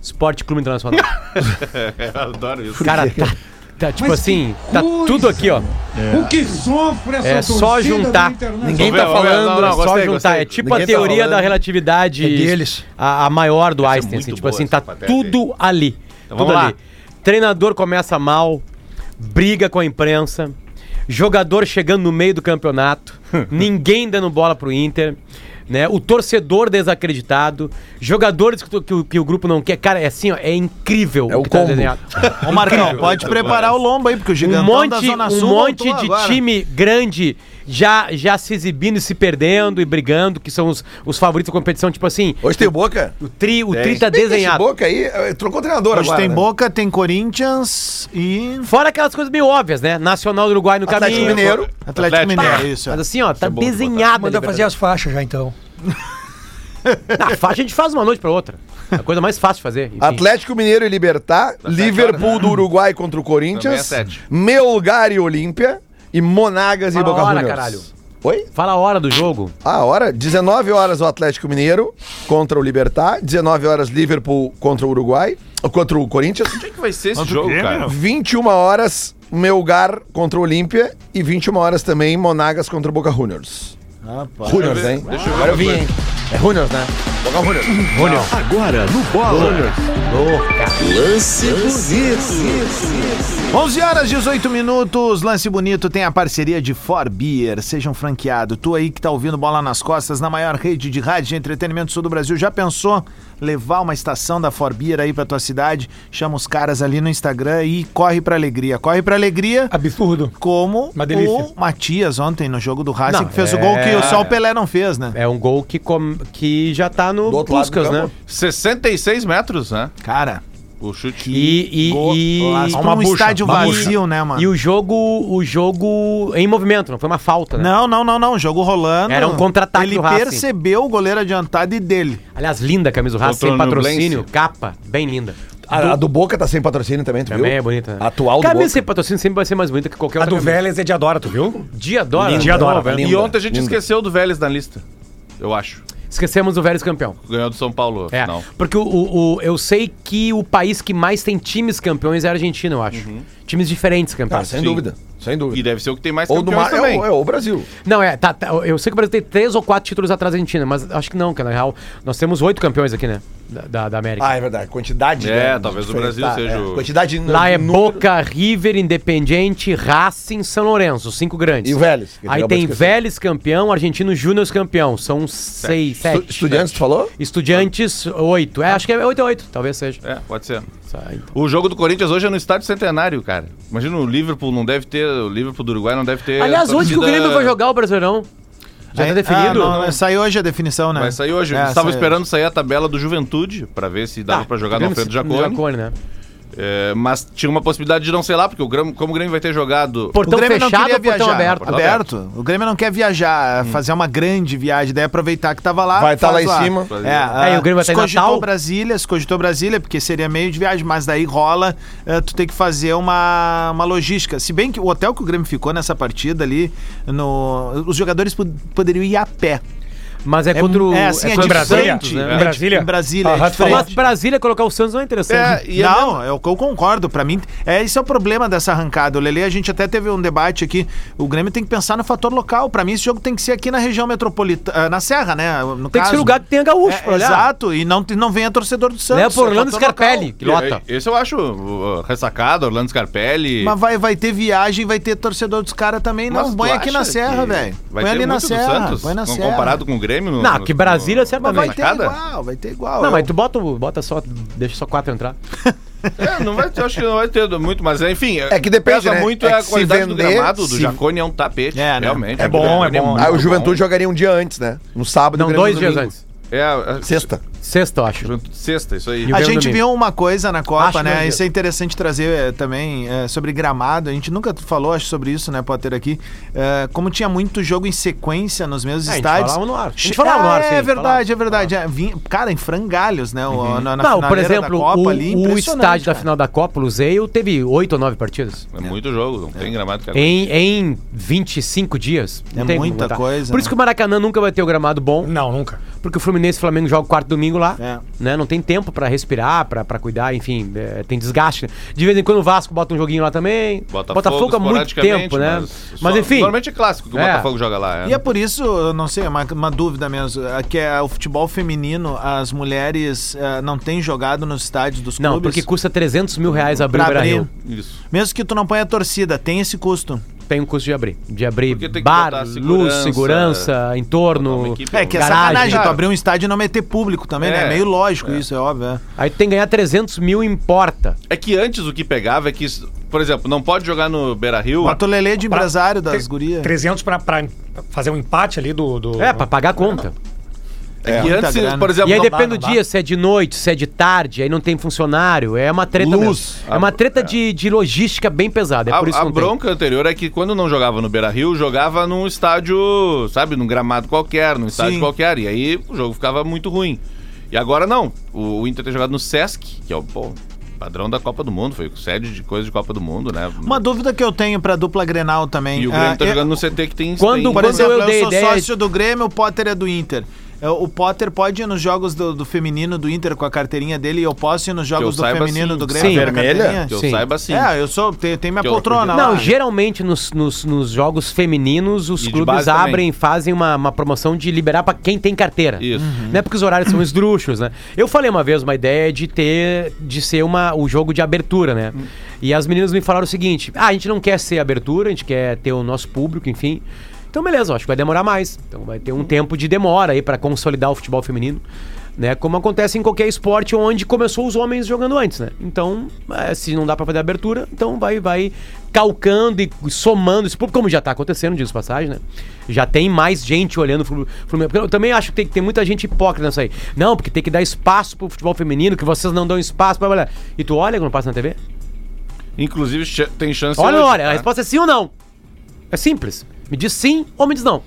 [SPEAKER 3] Esporte Clube Internacional.
[SPEAKER 5] Eu adoro isso.
[SPEAKER 3] Cara, tá, tá, tipo assim, tá tudo aqui, ó.
[SPEAKER 4] É.
[SPEAKER 8] O que sofre essa
[SPEAKER 3] É só
[SPEAKER 8] torcida
[SPEAKER 3] juntar.
[SPEAKER 8] da internet?
[SPEAKER 4] Ninguém tá
[SPEAKER 5] Vamos ver, vamos ver.
[SPEAKER 4] falando.
[SPEAKER 5] Não, não,
[SPEAKER 3] só
[SPEAKER 5] gostei,
[SPEAKER 3] juntar.
[SPEAKER 5] gostei.
[SPEAKER 3] É tipo
[SPEAKER 4] Ninguém
[SPEAKER 3] a
[SPEAKER 4] tá
[SPEAKER 3] teoria
[SPEAKER 4] falando.
[SPEAKER 3] da relatividade.
[SPEAKER 6] É deles.
[SPEAKER 3] A, a maior do
[SPEAKER 5] é
[SPEAKER 3] Einstein.
[SPEAKER 5] muito
[SPEAKER 3] assim, tipo
[SPEAKER 5] boa
[SPEAKER 3] assim,
[SPEAKER 5] essa
[SPEAKER 3] tá
[SPEAKER 5] matéria aí.
[SPEAKER 3] tudo ali.
[SPEAKER 5] Então
[SPEAKER 3] tudo
[SPEAKER 5] vamos lá.
[SPEAKER 3] ali. Treinador começa mal, briga com a imprensa, jogador chegando no meio do
[SPEAKER 5] [laughs]
[SPEAKER 3] campeonato, ninguém dando bola pro Inter. Né? O torcedor desacreditado, jogadores que, tu- que o, que o grupo não quer. Cara, é assim, ó, é incrível
[SPEAKER 4] É o
[SPEAKER 3] que tá
[SPEAKER 4] combo.
[SPEAKER 2] Ô, Marcão, pode preparar o lombo aí, porque o
[SPEAKER 3] um
[SPEAKER 2] gigantão da
[SPEAKER 3] monte,
[SPEAKER 2] Zona
[SPEAKER 3] um
[SPEAKER 2] Sul
[SPEAKER 3] monte
[SPEAKER 2] voltou
[SPEAKER 3] de
[SPEAKER 2] agora.
[SPEAKER 3] time grande já, já se exibindo e se perdendo e brigando, que são os, os favoritos da competição. Tipo assim,
[SPEAKER 4] Hoje tem o Boca.
[SPEAKER 3] o tri, o tri tá
[SPEAKER 4] Esse
[SPEAKER 3] desenhado.
[SPEAKER 4] Boca aí eh, trocou treinador
[SPEAKER 2] Hoje
[SPEAKER 4] agora.
[SPEAKER 2] tem
[SPEAKER 4] né?
[SPEAKER 2] Boca, tem Corinthians e.
[SPEAKER 3] Fora aquelas coisas meio óbvias, né? Nacional do Uruguai no
[SPEAKER 4] Atlético
[SPEAKER 3] caminho.
[SPEAKER 4] Mineiro.
[SPEAKER 2] Atlético, Ah,
[SPEAKER 5] Atlético.
[SPEAKER 2] Mineiro, isso.
[SPEAKER 3] Mas assim, ó, tá
[SPEAKER 5] é bom de botar.
[SPEAKER 3] desenhado.
[SPEAKER 6] Manda fazer as faixas já então.
[SPEAKER 3] Na faixa Ah, a gente faz uma noite pra outra. É a coisa mais fácil de fazer. enfim.
[SPEAKER 4] Atlético Mineiro e Libertar,
[SPEAKER 5] sete
[SPEAKER 4] Liverpool
[SPEAKER 5] horas,
[SPEAKER 4] do
[SPEAKER 5] né?
[SPEAKER 4] Uruguai contra o
[SPEAKER 5] Também é
[SPEAKER 4] Corinthians,
[SPEAKER 5] sete.
[SPEAKER 4] Meu Lugar e Olímpia e Monagas e
[SPEAKER 3] Fala a
[SPEAKER 4] Boca
[SPEAKER 3] hora,
[SPEAKER 4] Juniors.
[SPEAKER 3] caralho.
[SPEAKER 4] Oi?
[SPEAKER 3] Fala a hora do jogo.
[SPEAKER 4] Ah, hora? 19 horas o Atlético Mineiro contra o Libertar, 19 horas Liverpool contra o Uruguai, ou contra o Corinthians,
[SPEAKER 5] Onde é que vai ser esse jogo, cara?
[SPEAKER 4] 21 horas Meu Lugar contra o Olímpia e 21 horas também Monagas contra o Boca Juniors. Rapaz. Juniors, é, hein?
[SPEAKER 5] Deixa eu ver
[SPEAKER 4] Agora eu
[SPEAKER 5] uma
[SPEAKER 4] vim,
[SPEAKER 5] coisa.
[SPEAKER 4] hein? É Juniors, né? Boca Juniors.
[SPEAKER 1] Agora no Bola. Lance bonito.
[SPEAKER 2] 11 horas 18 minutos, lance bonito tem a parceria de For Beer. Seja um franqueado. Tu aí que tá ouvindo bola nas costas na maior rede de rádio de entretenimento do sul do Brasil, já pensou levar uma estação da For Beer aí pra tua cidade? Chama os caras ali no Instagram e corre pra alegria. Corre pra alegria
[SPEAKER 6] Absurdo.
[SPEAKER 2] como
[SPEAKER 6] Uma delícia.
[SPEAKER 2] o Matias ontem no jogo do Racing
[SPEAKER 3] Não,
[SPEAKER 2] que fez o
[SPEAKER 3] é-
[SPEAKER 2] gol que só o Pelé não fez, né?
[SPEAKER 3] É um gol que, com- que já tá no
[SPEAKER 4] Do outro lado do
[SPEAKER 3] Puskas, né?
[SPEAKER 4] campo.
[SPEAKER 5] 66 metros, né?
[SPEAKER 2] Cara,
[SPEAKER 5] O chute.
[SPEAKER 3] E, e, e
[SPEAKER 2] golaço.
[SPEAKER 3] há
[SPEAKER 2] Pra um estádio
[SPEAKER 3] uma bucha.
[SPEAKER 2] vazio, né, mano?
[SPEAKER 3] E o jogo, o jogo em movimento, não foi uma falta, né?
[SPEAKER 2] não, não, não, não. Jogo rolando.
[SPEAKER 3] Era um contra-ataque
[SPEAKER 2] Ele
[SPEAKER 3] do Racing.
[SPEAKER 2] percebeu o goleiro adiantado e dele.
[SPEAKER 3] Aliás, linda a camisa do Racing,
[SPEAKER 5] Contra
[SPEAKER 3] sem
[SPEAKER 5] o
[SPEAKER 3] patrocínio,
[SPEAKER 5] Nublense.
[SPEAKER 3] capa, bem linda.
[SPEAKER 4] A do, a do Boca tá sem patrocínio também, tu
[SPEAKER 3] Também
[SPEAKER 4] viu?
[SPEAKER 3] é bonita. Né?
[SPEAKER 4] Atual do
[SPEAKER 3] camisa
[SPEAKER 4] Boca.
[SPEAKER 3] sem patrocínio sempre vai ser mais bonita que qualquer
[SPEAKER 6] A
[SPEAKER 3] outra.
[SPEAKER 6] do
[SPEAKER 3] camisa.
[SPEAKER 6] Vélez é de Adora, tu viu?
[SPEAKER 3] Dia adora. né?
[SPEAKER 6] Dia adora,
[SPEAKER 3] Pô,
[SPEAKER 5] E
[SPEAKER 4] linda,
[SPEAKER 5] ontem a gente
[SPEAKER 4] linda.
[SPEAKER 5] esqueceu do Vélez na lista. Eu acho.
[SPEAKER 3] Esquecemos o Vélez campeão.
[SPEAKER 5] Ganhou do São Paulo.
[SPEAKER 3] É,
[SPEAKER 5] Não.
[SPEAKER 3] porque o, o- o- eu sei que o país que mais tem times campeões é a Argentina, eu acho. Times diferentes
[SPEAKER 4] Ah,
[SPEAKER 3] campeões.
[SPEAKER 4] sem dúvida, sem
[SPEAKER 5] E
[SPEAKER 4] dúvida.
[SPEAKER 5] deve ser o que tem mais
[SPEAKER 4] Ou do
[SPEAKER 5] campeões
[SPEAKER 4] mar, é,
[SPEAKER 5] também.
[SPEAKER 4] o, é o Brasil.
[SPEAKER 3] Não, é, tá, tá, eu sei que o Brasil tem três ou quatro títulos atrás da Argentina, mas acho que não, que na real nós temos oito campeões aqui, né? Da, da- da América.
[SPEAKER 4] Ah, é verdade. Quantidade.
[SPEAKER 5] É,
[SPEAKER 4] né,
[SPEAKER 5] talvez o
[SPEAKER 4] diferente,
[SPEAKER 5] Brasil seja o-
[SPEAKER 4] Quantidade.
[SPEAKER 3] Lá é
[SPEAKER 4] nu-
[SPEAKER 3] Boca, River, Independiente, Racing, São Lourenço, os cinco grandes.
[SPEAKER 4] E o Vélez, que
[SPEAKER 3] Aí
[SPEAKER 4] acabou
[SPEAKER 3] tem
[SPEAKER 4] de esquecer.
[SPEAKER 3] Vélez campeão, Argentino Júnior campeão. São seis,
[SPEAKER 4] Estu-
[SPEAKER 3] sete. né?
[SPEAKER 4] Estudiantes, tu falou?
[SPEAKER 3] Estudiantes, oito. É, acho que é oito, é oito, talvez seja.
[SPEAKER 5] É, pode ser.
[SPEAKER 3] Só
[SPEAKER 4] Tá,
[SPEAKER 3] aí.
[SPEAKER 4] então.
[SPEAKER 5] O jogo do Corinthians hoje é no Estádio Centenário, cara. Imagina, o Liverpool não deve ter. O Liverpool do Uruguai não deve ter.
[SPEAKER 2] É,
[SPEAKER 3] Aliás, hoje que o
[SPEAKER 5] torcida-
[SPEAKER 3] Grêmio vai jogar o Brasileirão? Já
[SPEAKER 2] Aí-
[SPEAKER 3] tá definido?
[SPEAKER 2] Ah, não, não, Saiu hoje a definição, né?
[SPEAKER 5] Vai sair hoje.
[SPEAKER 2] É, Tá,
[SPEAKER 5] Eles estavam
[SPEAKER 2] saiu.
[SPEAKER 5] esperando sair a tabela do Juventude, pra ver se dava
[SPEAKER 3] Ah,
[SPEAKER 5] pra jogar no
[SPEAKER 3] Grêmio
[SPEAKER 5] Alfredo
[SPEAKER 3] se-
[SPEAKER 5] Jacone.
[SPEAKER 3] Jacone, né?
[SPEAKER 5] É, mas tinha uma possibilidade de não sei lá, porque o Grêmio, como o Grêmio vai ter jogado.
[SPEAKER 2] O
[SPEAKER 3] Portão
[SPEAKER 2] Grêmio não
[SPEAKER 3] fechado
[SPEAKER 2] queria
[SPEAKER 3] ou portão
[SPEAKER 2] viajar.
[SPEAKER 3] aberto? Hum.
[SPEAKER 5] Portão
[SPEAKER 2] Aberto. O Grêmio não quer viajar, é fazer uma grande viagem. Daí aproveitar que tava lá.
[SPEAKER 4] Vai estar
[SPEAKER 2] faz
[SPEAKER 4] lá em cima.
[SPEAKER 2] É,
[SPEAKER 3] É, e o Grêmio vai
[SPEAKER 2] se
[SPEAKER 3] tá em
[SPEAKER 2] cogitou
[SPEAKER 3] Natal?
[SPEAKER 2] Brasília, se cogitou Brasília, porque seria meio de viagem, mas daí rola. eh, tu tem que fazer uma, uma logística. Se bem que o hotel que o Grêmio ficou nessa partida ali, no, os jogadores pod- poderiam ir a pé.
[SPEAKER 3] Mas é, contra o.
[SPEAKER 2] é assim, é
[SPEAKER 3] contra o
[SPEAKER 2] diferente.
[SPEAKER 3] Santos, né?
[SPEAKER 6] Em Brasília?
[SPEAKER 2] Em Brasília,
[SPEAKER 6] Ah,
[SPEAKER 2] é
[SPEAKER 6] Rafa,
[SPEAKER 2] diferente.
[SPEAKER 3] Mas Brasília colocar o Santos não é interessante.
[SPEAKER 5] É, e é
[SPEAKER 2] não, eu, eu concordo. Pra mim, é esse é o problema dessa arrancada. O Lele, a gente até teve um debate aqui. O Grêmio tem que pensar no fator local. Pra mim, esse jogo tem que ser aqui na região metropolitana, na Serra, né? No
[SPEAKER 3] Tem que ser
[SPEAKER 2] caso.
[SPEAKER 3] lugar que tenha gaúcho, pra
[SPEAKER 2] é,
[SPEAKER 3] olhar.
[SPEAKER 2] Exato, e não, não venha torcedor do Santos.
[SPEAKER 3] Leva pro
[SPEAKER 2] é
[SPEAKER 3] Orlando
[SPEAKER 2] fator
[SPEAKER 3] Scarpelli,
[SPEAKER 2] local.
[SPEAKER 3] que lota.
[SPEAKER 5] Esse eu acho uh, ressacado, Orlando Scarpelli.
[SPEAKER 2] Mas vai, vai ter viagem, vai ter torcedor dos caras também. Não,
[SPEAKER 5] Mas tu
[SPEAKER 2] põe aqui na
[SPEAKER 5] acha
[SPEAKER 2] Serra,
[SPEAKER 5] que
[SPEAKER 2] velho. Põe
[SPEAKER 5] Vai ter
[SPEAKER 2] ali na
[SPEAKER 5] muito do
[SPEAKER 2] Serra.
[SPEAKER 5] Santos,
[SPEAKER 2] põe na
[SPEAKER 5] com-
[SPEAKER 2] Serra.
[SPEAKER 5] comparado com o Grêmio no,
[SPEAKER 3] Não,
[SPEAKER 5] no-
[SPEAKER 3] que Brasília
[SPEAKER 5] no-
[SPEAKER 2] Mas
[SPEAKER 3] certamente.
[SPEAKER 2] vai
[SPEAKER 5] na
[SPEAKER 2] ter
[SPEAKER 5] sacada?
[SPEAKER 2] igual, vai ter igual.
[SPEAKER 3] Não,
[SPEAKER 2] Eu-
[SPEAKER 3] mas tu bota, o- bota só. Deixa só quatro entrar.
[SPEAKER 5] É, não vai ter, acho que não vai ter muito, mas enfim.
[SPEAKER 4] É que depende,
[SPEAKER 5] pesa
[SPEAKER 4] né?
[SPEAKER 5] muito
[SPEAKER 4] É
[SPEAKER 5] a
[SPEAKER 4] que se
[SPEAKER 5] qualidade do
[SPEAKER 4] vender,
[SPEAKER 5] gramado, do
[SPEAKER 4] se-
[SPEAKER 5] Jacone é um tapete,
[SPEAKER 2] É, né?
[SPEAKER 5] realmente.
[SPEAKER 6] É bom, é bom.
[SPEAKER 4] Ah, o Juventude jogaria um dia antes, né? No sábado.
[SPEAKER 3] Não,
[SPEAKER 4] e o Grêmio
[SPEAKER 3] dois
[SPEAKER 4] no
[SPEAKER 3] dias
[SPEAKER 4] domingo.
[SPEAKER 3] antes.
[SPEAKER 5] É, é,
[SPEAKER 4] Sexta.
[SPEAKER 3] Sexto, eu acho.
[SPEAKER 5] Juventude Sexta, isso aí.
[SPEAKER 3] E o
[SPEAKER 2] A
[SPEAKER 3] Grêmio
[SPEAKER 2] gente
[SPEAKER 3] domingo.
[SPEAKER 2] viu uma coisa na Copa,
[SPEAKER 3] Acho
[SPEAKER 2] né?
[SPEAKER 3] mesmo.
[SPEAKER 2] Isso é interessante trazer eh, também eh, sobre gramado. A gente nunca falou, acho, sobre isso, né, Potter, aqui. Eh, como tinha muito jogo em sequência nos mesmos
[SPEAKER 3] É, a gente
[SPEAKER 2] estádios.
[SPEAKER 3] falava no ar. A gente
[SPEAKER 2] Che-
[SPEAKER 3] falava Ah. Uhum. no ar,
[SPEAKER 2] É,
[SPEAKER 3] sim,
[SPEAKER 2] é verdade, é verdade. É, vim- cara, em frangalhos, né? o- na, na
[SPEAKER 3] Não, por
[SPEAKER 2] finaleira da
[SPEAKER 3] exemplo,
[SPEAKER 2] Copa
[SPEAKER 3] o,
[SPEAKER 2] ali,
[SPEAKER 3] o
[SPEAKER 2] impressionante,
[SPEAKER 3] estádio da
[SPEAKER 2] cara.
[SPEAKER 3] final da Copa, o Luseio, teve oito ou nove partidas.
[SPEAKER 5] É muito jogo, não tem gramado que
[SPEAKER 3] Em, em 25 dias. Não
[SPEAKER 2] É
[SPEAKER 3] tem como
[SPEAKER 2] muita
[SPEAKER 3] botar.
[SPEAKER 2] coisa,
[SPEAKER 3] Por isso
[SPEAKER 2] né?
[SPEAKER 3] que o Maracanã nunca vai ter o gramado bom,
[SPEAKER 6] Não, nunca.
[SPEAKER 3] porque o Fluminense e o Flamengo jogam quarto domingo lá.
[SPEAKER 2] É.
[SPEAKER 3] Né? Não tem tempo pra respirar, pra pra cuidar, enfim, é, tem desgaste. De vez em quando o Vasco bota um joguinho lá também. Botafogo há muito tempo, né? Mas,
[SPEAKER 5] só-
[SPEAKER 3] enfim.
[SPEAKER 5] Normalmente é clássico que o
[SPEAKER 3] É.
[SPEAKER 5] Botafogo joga lá. é.
[SPEAKER 2] E é por isso, eu não sei, é uma, uma dúvida mesmo, é que é o futebol feminino, as mulheres eh, não têm jogado nos estádios dos
[SPEAKER 3] Não,
[SPEAKER 2] clubes.
[SPEAKER 3] porque custa 300 mil reais abrir
[SPEAKER 2] Pra
[SPEAKER 3] o
[SPEAKER 2] abrir.
[SPEAKER 3] Brasil.
[SPEAKER 5] Isso.
[SPEAKER 2] Mesmo que tu não ponha a torcida, tem esse custo.
[SPEAKER 3] Tem um custo de abrir. De abrir
[SPEAKER 5] Porque tem que botar
[SPEAKER 3] bar, luz,
[SPEAKER 5] segurança, é,
[SPEAKER 3] segurança,
[SPEAKER 5] botar uma
[SPEAKER 3] entorno.
[SPEAKER 5] equipe,
[SPEAKER 2] É que é
[SPEAKER 3] Garagem.
[SPEAKER 2] sacanagem tu
[SPEAKER 5] Cara.
[SPEAKER 2] abrir um estádio e não meter público também, né?
[SPEAKER 5] É,
[SPEAKER 2] É meio lógico
[SPEAKER 5] é.
[SPEAKER 2] isso, é óbvio. é.
[SPEAKER 3] Aí tu tem que ganhar 300 mil em porta.
[SPEAKER 5] É que antes o que pegava é que, por exemplo, não pode jogar no Beira Rio.
[SPEAKER 2] Bota o Lelê de empresário das
[SPEAKER 6] Tre-
[SPEAKER 2] gurias.
[SPEAKER 6] 300 pra, pra fazer um empate ali do. do...
[SPEAKER 3] É, pra pagar a conta.
[SPEAKER 5] É que
[SPEAKER 2] É.
[SPEAKER 5] antes,
[SPEAKER 2] Muita
[SPEAKER 5] por
[SPEAKER 2] grana.
[SPEAKER 5] exemplo,
[SPEAKER 3] E aí
[SPEAKER 5] não-
[SPEAKER 3] depende
[SPEAKER 6] não
[SPEAKER 3] do
[SPEAKER 6] dá.
[SPEAKER 3] dia, se é de noite, se é de tarde, aí não tem funcionário. É uma treta
[SPEAKER 5] Luz.
[SPEAKER 3] mesmo. É uma treta
[SPEAKER 5] É.
[SPEAKER 3] de, de logística bem pesada. É
[SPEAKER 5] a,
[SPEAKER 3] por isso
[SPEAKER 5] a
[SPEAKER 3] que não tem.
[SPEAKER 5] bronca anterior é que quando não jogava no Beira Rio, jogava num estádio, sabe, num gramado qualquer, num estádio
[SPEAKER 2] Sim.
[SPEAKER 5] qualquer. E aí o jogo ficava muito ruim. E agora não. O, o Inter tem jogado no Sesc, que é o pô, padrão da Copa do Mundo, foi sede de coisa de Copa do Mundo, né?
[SPEAKER 2] Uma dúvida que eu tenho pra dupla Grenal também.
[SPEAKER 5] E o Grêmio
[SPEAKER 2] Ah,
[SPEAKER 5] tá
[SPEAKER 2] eu-
[SPEAKER 5] jogando no CT que tem.
[SPEAKER 3] é Quando-
[SPEAKER 5] tem-
[SPEAKER 2] Por
[SPEAKER 3] Quando
[SPEAKER 2] exemplo,
[SPEAKER 3] eu
[SPEAKER 2] eu,
[SPEAKER 3] dei
[SPEAKER 2] sou
[SPEAKER 3] ideia-
[SPEAKER 2] sócio do Grêmio, o Potter é do Inter. Eu- O Potter pode ir nos jogos do, do feminino do Inter com a carteirinha dele e eu posso ir nos
[SPEAKER 5] Que eu
[SPEAKER 2] jogos Tá, do
[SPEAKER 5] saiba,
[SPEAKER 2] feminino
[SPEAKER 5] sim.
[SPEAKER 2] do Grêmio
[SPEAKER 3] Sim.
[SPEAKER 2] com a
[SPEAKER 4] Vermelha?
[SPEAKER 2] carteirinha?
[SPEAKER 5] Que eu
[SPEAKER 3] Sim.
[SPEAKER 5] saiba sim.
[SPEAKER 2] É, eu sou, tenho, tenho minha
[SPEAKER 5] Que eu
[SPEAKER 2] poltrona
[SPEAKER 5] acredito.
[SPEAKER 2] lá. Tá
[SPEAKER 3] Não, geralmente nos, nos, nos jogos femininos, os
[SPEAKER 5] E de
[SPEAKER 3] clubes
[SPEAKER 5] base também.
[SPEAKER 3] abrem, fazem uma, uma promoção de liberar pra quem tem carteira.
[SPEAKER 5] Isso. Uhum.
[SPEAKER 3] Não é porque os horários são esdrúxulos, né? Eu falei uma vez uma ideia de ter, de ser uma, o jogo de abertura, né?
[SPEAKER 5] Hum.
[SPEAKER 3] E as meninas me falaram o seguinte: ah, a gente não quer ser abertura, a gente quer ter o nosso público, enfim. Então, beleza, eu acho que vai demorar mais. Então, vai
[SPEAKER 5] Hum.
[SPEAKER 3] ter um tempo de demora aí pra consolidar o futebol feminino. Né, como acontece em qualquer esporte onde começou os homens jogando antes, né? Então, eh, se não dá pra fazer abertura, então vai vai calcando e somando isso, como já tá acontecendo, diz passagem, né? Já tem mais gente olhando o Flu- Fluminense. Porque eu também acho que tem, tem muita gente hipócrita nessa aí. Não, porque tem que dar espaço pro futebol feminino, que vocês não dão espaço pra olhar. E tu olha quando passa na TV?
[SPEAKER 5] Inclusive, ch- tem chance.
[SPEAKER 3] Olha,
[SPEAKER 5] hoje,
[SPEAKER 3] olha,
[SPEAKER 5] tá?
[SPEAKER 3] a resposta é sim ou não. É simples. Me diz sim ou me diz não.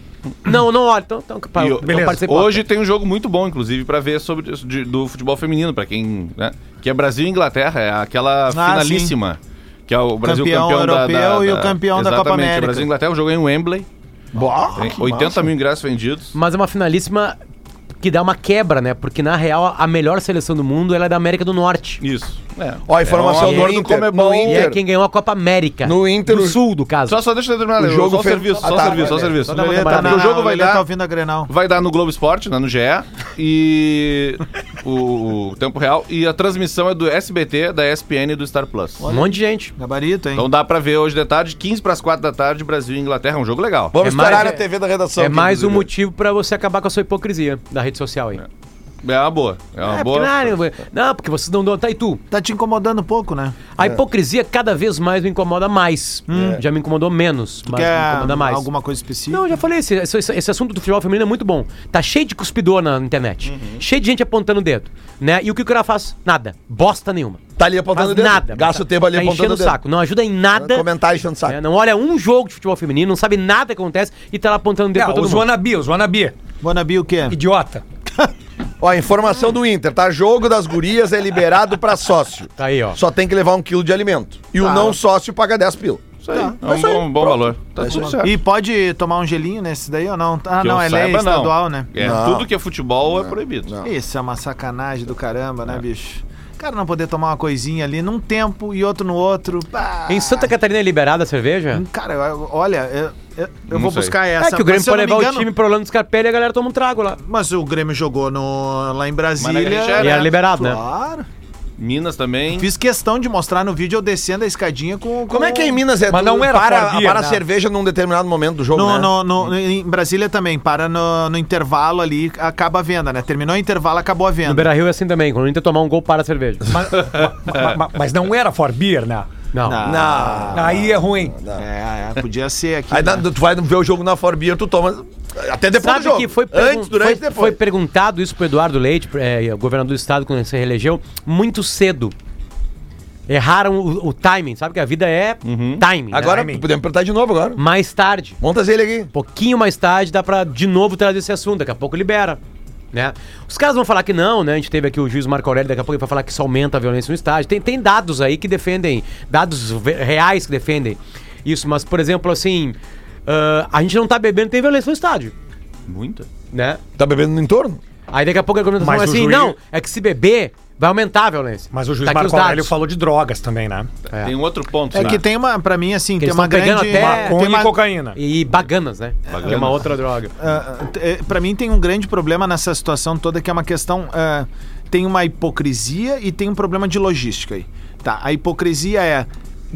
[SPEAKER 3] Não, não olha. Então, então,
[SPEAKER 5] E
[SPEAKER 3] então
[SPEAKER 5] o-
[SPEAKER 3] pode ser hipócrita.
[SPEAKER 5] hoje tem um jogo muito bom, inclusive, pra ver sobre de- do futebol feminino, pra quem. Né? Que é Brasil e Inglaterra, é aquela finalíssima. Que é o Brasil campeão,
[SPEAKER 2] Ah, Campeão
[SPEAKER 5] da- da-
[SPEAKER 2] europeu e o
[SPEAKER 5] da-
[SPEAKER 2] campeão da Copa
[SPEAKER 5] Exatamente,
[SPEAKER 2] América. Ah,
[SPEAKER 5] Brasil e Inglaterra, o jogo é em Wembley. tem 80 mil ingressos vendidos.
[SPEAKER 3] Mas é uma finalíssima que dá uma quebra, né? Porque na real a melhor seleção do mundo ela é da América do Norte.
[SPEAKER 5] Isso. É.
[SPEAKER 4] Ó, a informação
[SPEAKER 5] É um
[SPEAKER 4] do
[SPEAKER 5] acordo
[SPEAKER 4] Inter.
[SPEAKER 5] como é bom,
[SPEAKER 4] no
[SPEAKER 5] hein?
[SPEAKER 3] E
[SPEAKER 4] Inter.
[SPEAKER 3] é quem ganhou a Copa América.
[SPEAKER 4] No Inter,
[SPEAKER 3] Do
[SPEAKER 4] o-
[SPEAKER 3] Sul, do caso.
[SPEAKER 5] Só, só deixa eu terminar, Leo,
[SPEAKER 4] jogo
[SPEAKER 5] só o
[SPEAKER 4] fez-
[SPEAKER 5] serviço,
[SPEAKER 4] Ah,
[SPEAKER 5] só o
[SPEAKER 4] tá,
[SPEAKER 5] serviço, só o
[SPEAKER 4] beleza.
[SPEAKER 5] serviço.
[SPEAKER 3] Só dá
[SPEAKER 2] O Lelê tá
[SPEAKER 3] Tá na-
[SPEAKER 2] na,
[SPEAKER 5] Porque o jogo vai
[SPEAKER 2] Lelê
[SPEAKER 5] dar Então-
[SPEAKER 2] tá ouvindo a Grenal.
[SPEAKER 5] Vai dar no Globo Esporte, né, no GE. E o, o tempo real. E a transmissão é do SBT, da ESPN e do Star Plus.
[SPEAKER 3] Um monte de gente.
[SPEAKER 2] Gabarito, hein?
[SPEAKER 5] Então dá pra ver hoje de tarde, 15 para as 4 da tarde, Brasil e Inglaterra. É um jogo legal.
[SPEAKER 4] Vamos
[SPEAKER 3] É mais-
[SPEAKER 4] estourar a TV da redação.
[SPEAKER 3] é
[SPEAKER 4] aqui,
[SPEAKER 3] mais um
[SPEAKER 4] inclusive.
[SPEAKER 3] motivo pra você acabar com a sua hipocrisia da rede social aí.
[SPEAKER 5] É uma boa. É uma
[SPEAKER 3] É,
[SPEAKER 5] boa.
[SPEAKER 3] porque, ah, eu vou- não, porque vocês não dão. Tá, e tu?
[SPEAKER 2] Tá te incomodando um pouco, né?
[SPEAKER 3] A
[SPEAKER 4] É.
[SPEAKER 3] hipocrisia cada vez mais me incomoda mais.
[SPEAKER 4] Hum.
[SPEAKER 3] Já me incomodou menos, mas me
[SPEAKER 2] É. Quer
[SPEAKER 3] incomoda mais.
[SPEAKER 2] alguma coisa específica?
[SPEAKER 3] Não, eu já falei, esse, esse, esse assunto do futebol feminino é muito bom. Tá cheio de cuspidor na internet.
[SPEAKER 2] Uhum.
[SPEAKER 3] Cheio de gente apontando o dedo. Né? E o que o cara faz? Nada. Bosta nenhuma.
[SPEAKER 4] Tá ali apontando
[SPEAKER 3] Faz
[SPEAKER 4] o dedo.
[SPEAKER 3] nada.
[SPEAKER 4] Gasta o tempo ali
[SPEAKER 3] tá
[SPEAKER 4] apontando
[SPEAKER 3] enchendo
[SPEAKER 4] o
[SPEAKER 3] o
[SPEAKER 4] dedo.
[SPEAKER 3] saco. Tá. Não ajuda em nada.
[SPEAKER 4] Comentário enchendo o saco.
[SPEAKER 3] né? Não olha um jogo de futebol feminino, não sabe nada que acontece e tá lá apontando o dedo
[SPEAKER 6] É,
[SPEAKER 3] pra
[SPEAKER 6] os
[SPEAKER 3] todo mundo.
[SPEAKER 6] wannabe, os wannabe.
[SPEAKER 2] Bonabi o quê?
[SPEAKER 6] Idiota.
[SPEAKER 4] Ó, informação do Inter, tá? Jogo das gurias é liberado pra sócio.
[SPEAKER 3] Tá aí, ó.
[SPEAKER 4] Só tem que levar um quilo de alimento. E o não sócio paga 10 pila.
[SPEAKER 5] Isso aí.
[SPEAKER 2] Tá.
[SPEAKER 5] É um bom, bom valor. Tá
[SPEAKER 4] É isso
[SPEAKER 5] tudo
[SPEAKER 4] aí.
[SPEAKER 5] certo.
[SPEAKER 2] E pode tomar um gelinho nesse daí ou não? Ah,
[SPEAKER 5] Que
[SPEAKER 2] não,
[SPEAKER 5] eu
[SPEAKER 2] é lei
[SPEAKER 5] saiba, não.
[SPEAKER 2] estadual, né?
[SPEAKER 5] É,
[SPEAKER 4] Não.
[SPEAKER 5] tudo que é futebol é proibido.
[SPEAKER 4] Não.
[SPEAKER 2] Isso é uma sacanagem do caramba, né, bicho? Cara, não poder tomar uma coisinha ali num tempo e outro no outro. pá.
[SPEAKER 3] Em Santa Catarina é liberada a cerveja?
[SPEAKER 2] Cara, eu- olha, eu, eu- eu
[SPEAKER 5] Não
[SPEAKER 2] vou
[SPEAKER 5] sei.
[SPEAKER 2] buscar
[SPEAKER 3] É,
[SPEAKER 2] essa.
[SPEAKER 3] que o Grêmio
[SPEAKER 2] mas se eu
[SPEAKER 3] pode
[SPEAKER 2] não me
[SPEAKER 3] levar o
[SPEAKER 2] engano-
[SPEAKER 3] time pro Orlando Scarpelli e a galera toma um trago lá.
[SPEAKER 2] Mas o Grêmio jogou no, lá em Brasília.
[SPEAKER 5] Grijera.
[SPEAKER 3] E era liberado, né?
[SPEAKER 2] Claro.
[SPEAKER 5] Minas também.
[SPEAKER 2] Fiz questão de mostrar no vídeo eu descendo a escadinha com.
[SPEAKER 4] Como é que é em Minas é
[SPEAKER 3] Mas
[SPEAKER 4] tu
[SPEAKER 3] não era
[SPEAKER 4] para,
[SPEAKER 3] fora,
[SPEAKER 4] para a
[SPEAKER 3] né?
[SPEAKER 4] cerveja num determinado momento do jogo,
[SPEAKER 2] No,
[SPEAKER 4] né?
[SPEAKER 2] no- no- em Brasília também, para no, no intervalo ali, acaba a venda, né? Terminou o intervalo, acabou a
[SPEAKER 3] No
[SPEAKER 2] venda.
[SPEAKER 3] Beira Rio é assim também, quando o Inter tomar um gol, para a [laughs] cerveja.
[SPEAKER 6] Mas, ma- ma- mas não era for beer, né?
[SPEAKER 3] Não.
[SPEAKER 2] Não.
[SPEAKER 4] Na-
[SPEAKER 6] Aí é ruim.
[SPEAKER 2] É, é, podia ser aqui.
[SPEAKER 4] Aí
[SPEAKER 2] né?
[SPEAKER 4] na- tu vai ver o jogo na Forbia, tu toma até depois
[SPEAKER 3] Sabe
[SPEAKER 4] do jogo.
[SPEAKER 3] que foi, pergun-
[SPEAKER 4] Antes, durante
[SPEAKER 3] foi-
[SPEAKER 4] e depois.
[SPEAKER 3] foi perguntado isso pro Eduardo Leite, é, o governador do estado, quando ele se reelegeu, muito cedo. Erraram o, o timing, sabe que a vida é timing. né?
[SPEAKER 4] Agora,
[SPEAKER 6] Timing.
[SPEAKER 4] podemos perguntar de novo agora.
[SPEAKER 3] Mais tarde.
[SPEAKER 4] Montas ele aqui.
[SPEAKER 3] pouquinho mais tarde dá pra de novo trazer esse assunto, daqui a pouco libera. Né? Os caras vão falar que não, né? A gente teve aqui o juiz Marco Aurélio, daqui a pouco ele vai falar que isso aumenta a violência no estádio. Tem, tem dados aí que defendem, dados ve- reais que defendem isso, mas, por exemplo, assim, ah, a gente não tá bebendo, tem violência no estádio,
[SPEAKER 5] Muita.
[SPEAKER 3] né?
[SPEAKER 4] Tá bebendo no entorno?
[SPEAKER 3] Aí daqui a pouco a argumentação
[SPEAKER 6] Mas
[SPEAKER 3] é
[SPEAKER 6] o
[SPEAKER 3] assim,
[SPEAKER 6] juiz-
[SPEAKER 3] não, é que se beber vai aumentar a violência.
[SPEAKER 6] Mas o juiz
[SPEAKER 3] Tá aqui os
[SPEAKER 6] Marco Aurélio
[SPEAKER 3] dados.
[SPEAKER 6] falou de drogas também, né?
[SPEAKER 3] É.
[SPEAKER 5] Tem um outro ponto.
[SPEAKER 2] É
[SPEAKER 5] né?
[SPEAKER 2] que tem uma, pra mim, assim, tem
[SPEAKER 3] eles
[SPEAKER 2] uma
[SPEAKER 3] tão pegando
[SPEAKER 2] grande.
[SPEAKER 3] até-
[SPEAKER 2] É. tem
[SPEAKER 6] Com e
[SPEAKER 2] uma-
[SPEAKER 6] cocaína.
[SPEAKER 3] E baganas, né? Que é uma
[SPEAKER 5] Baganas.
[SPEAKER 3] outra droga.
[SPEAKER 2] Ah, t- eh, pra mim tem um grande problema nessa situação toda que é uma questão ah, tem uma hipocrisia e tem um problema de logística aí tá a hipocrisia é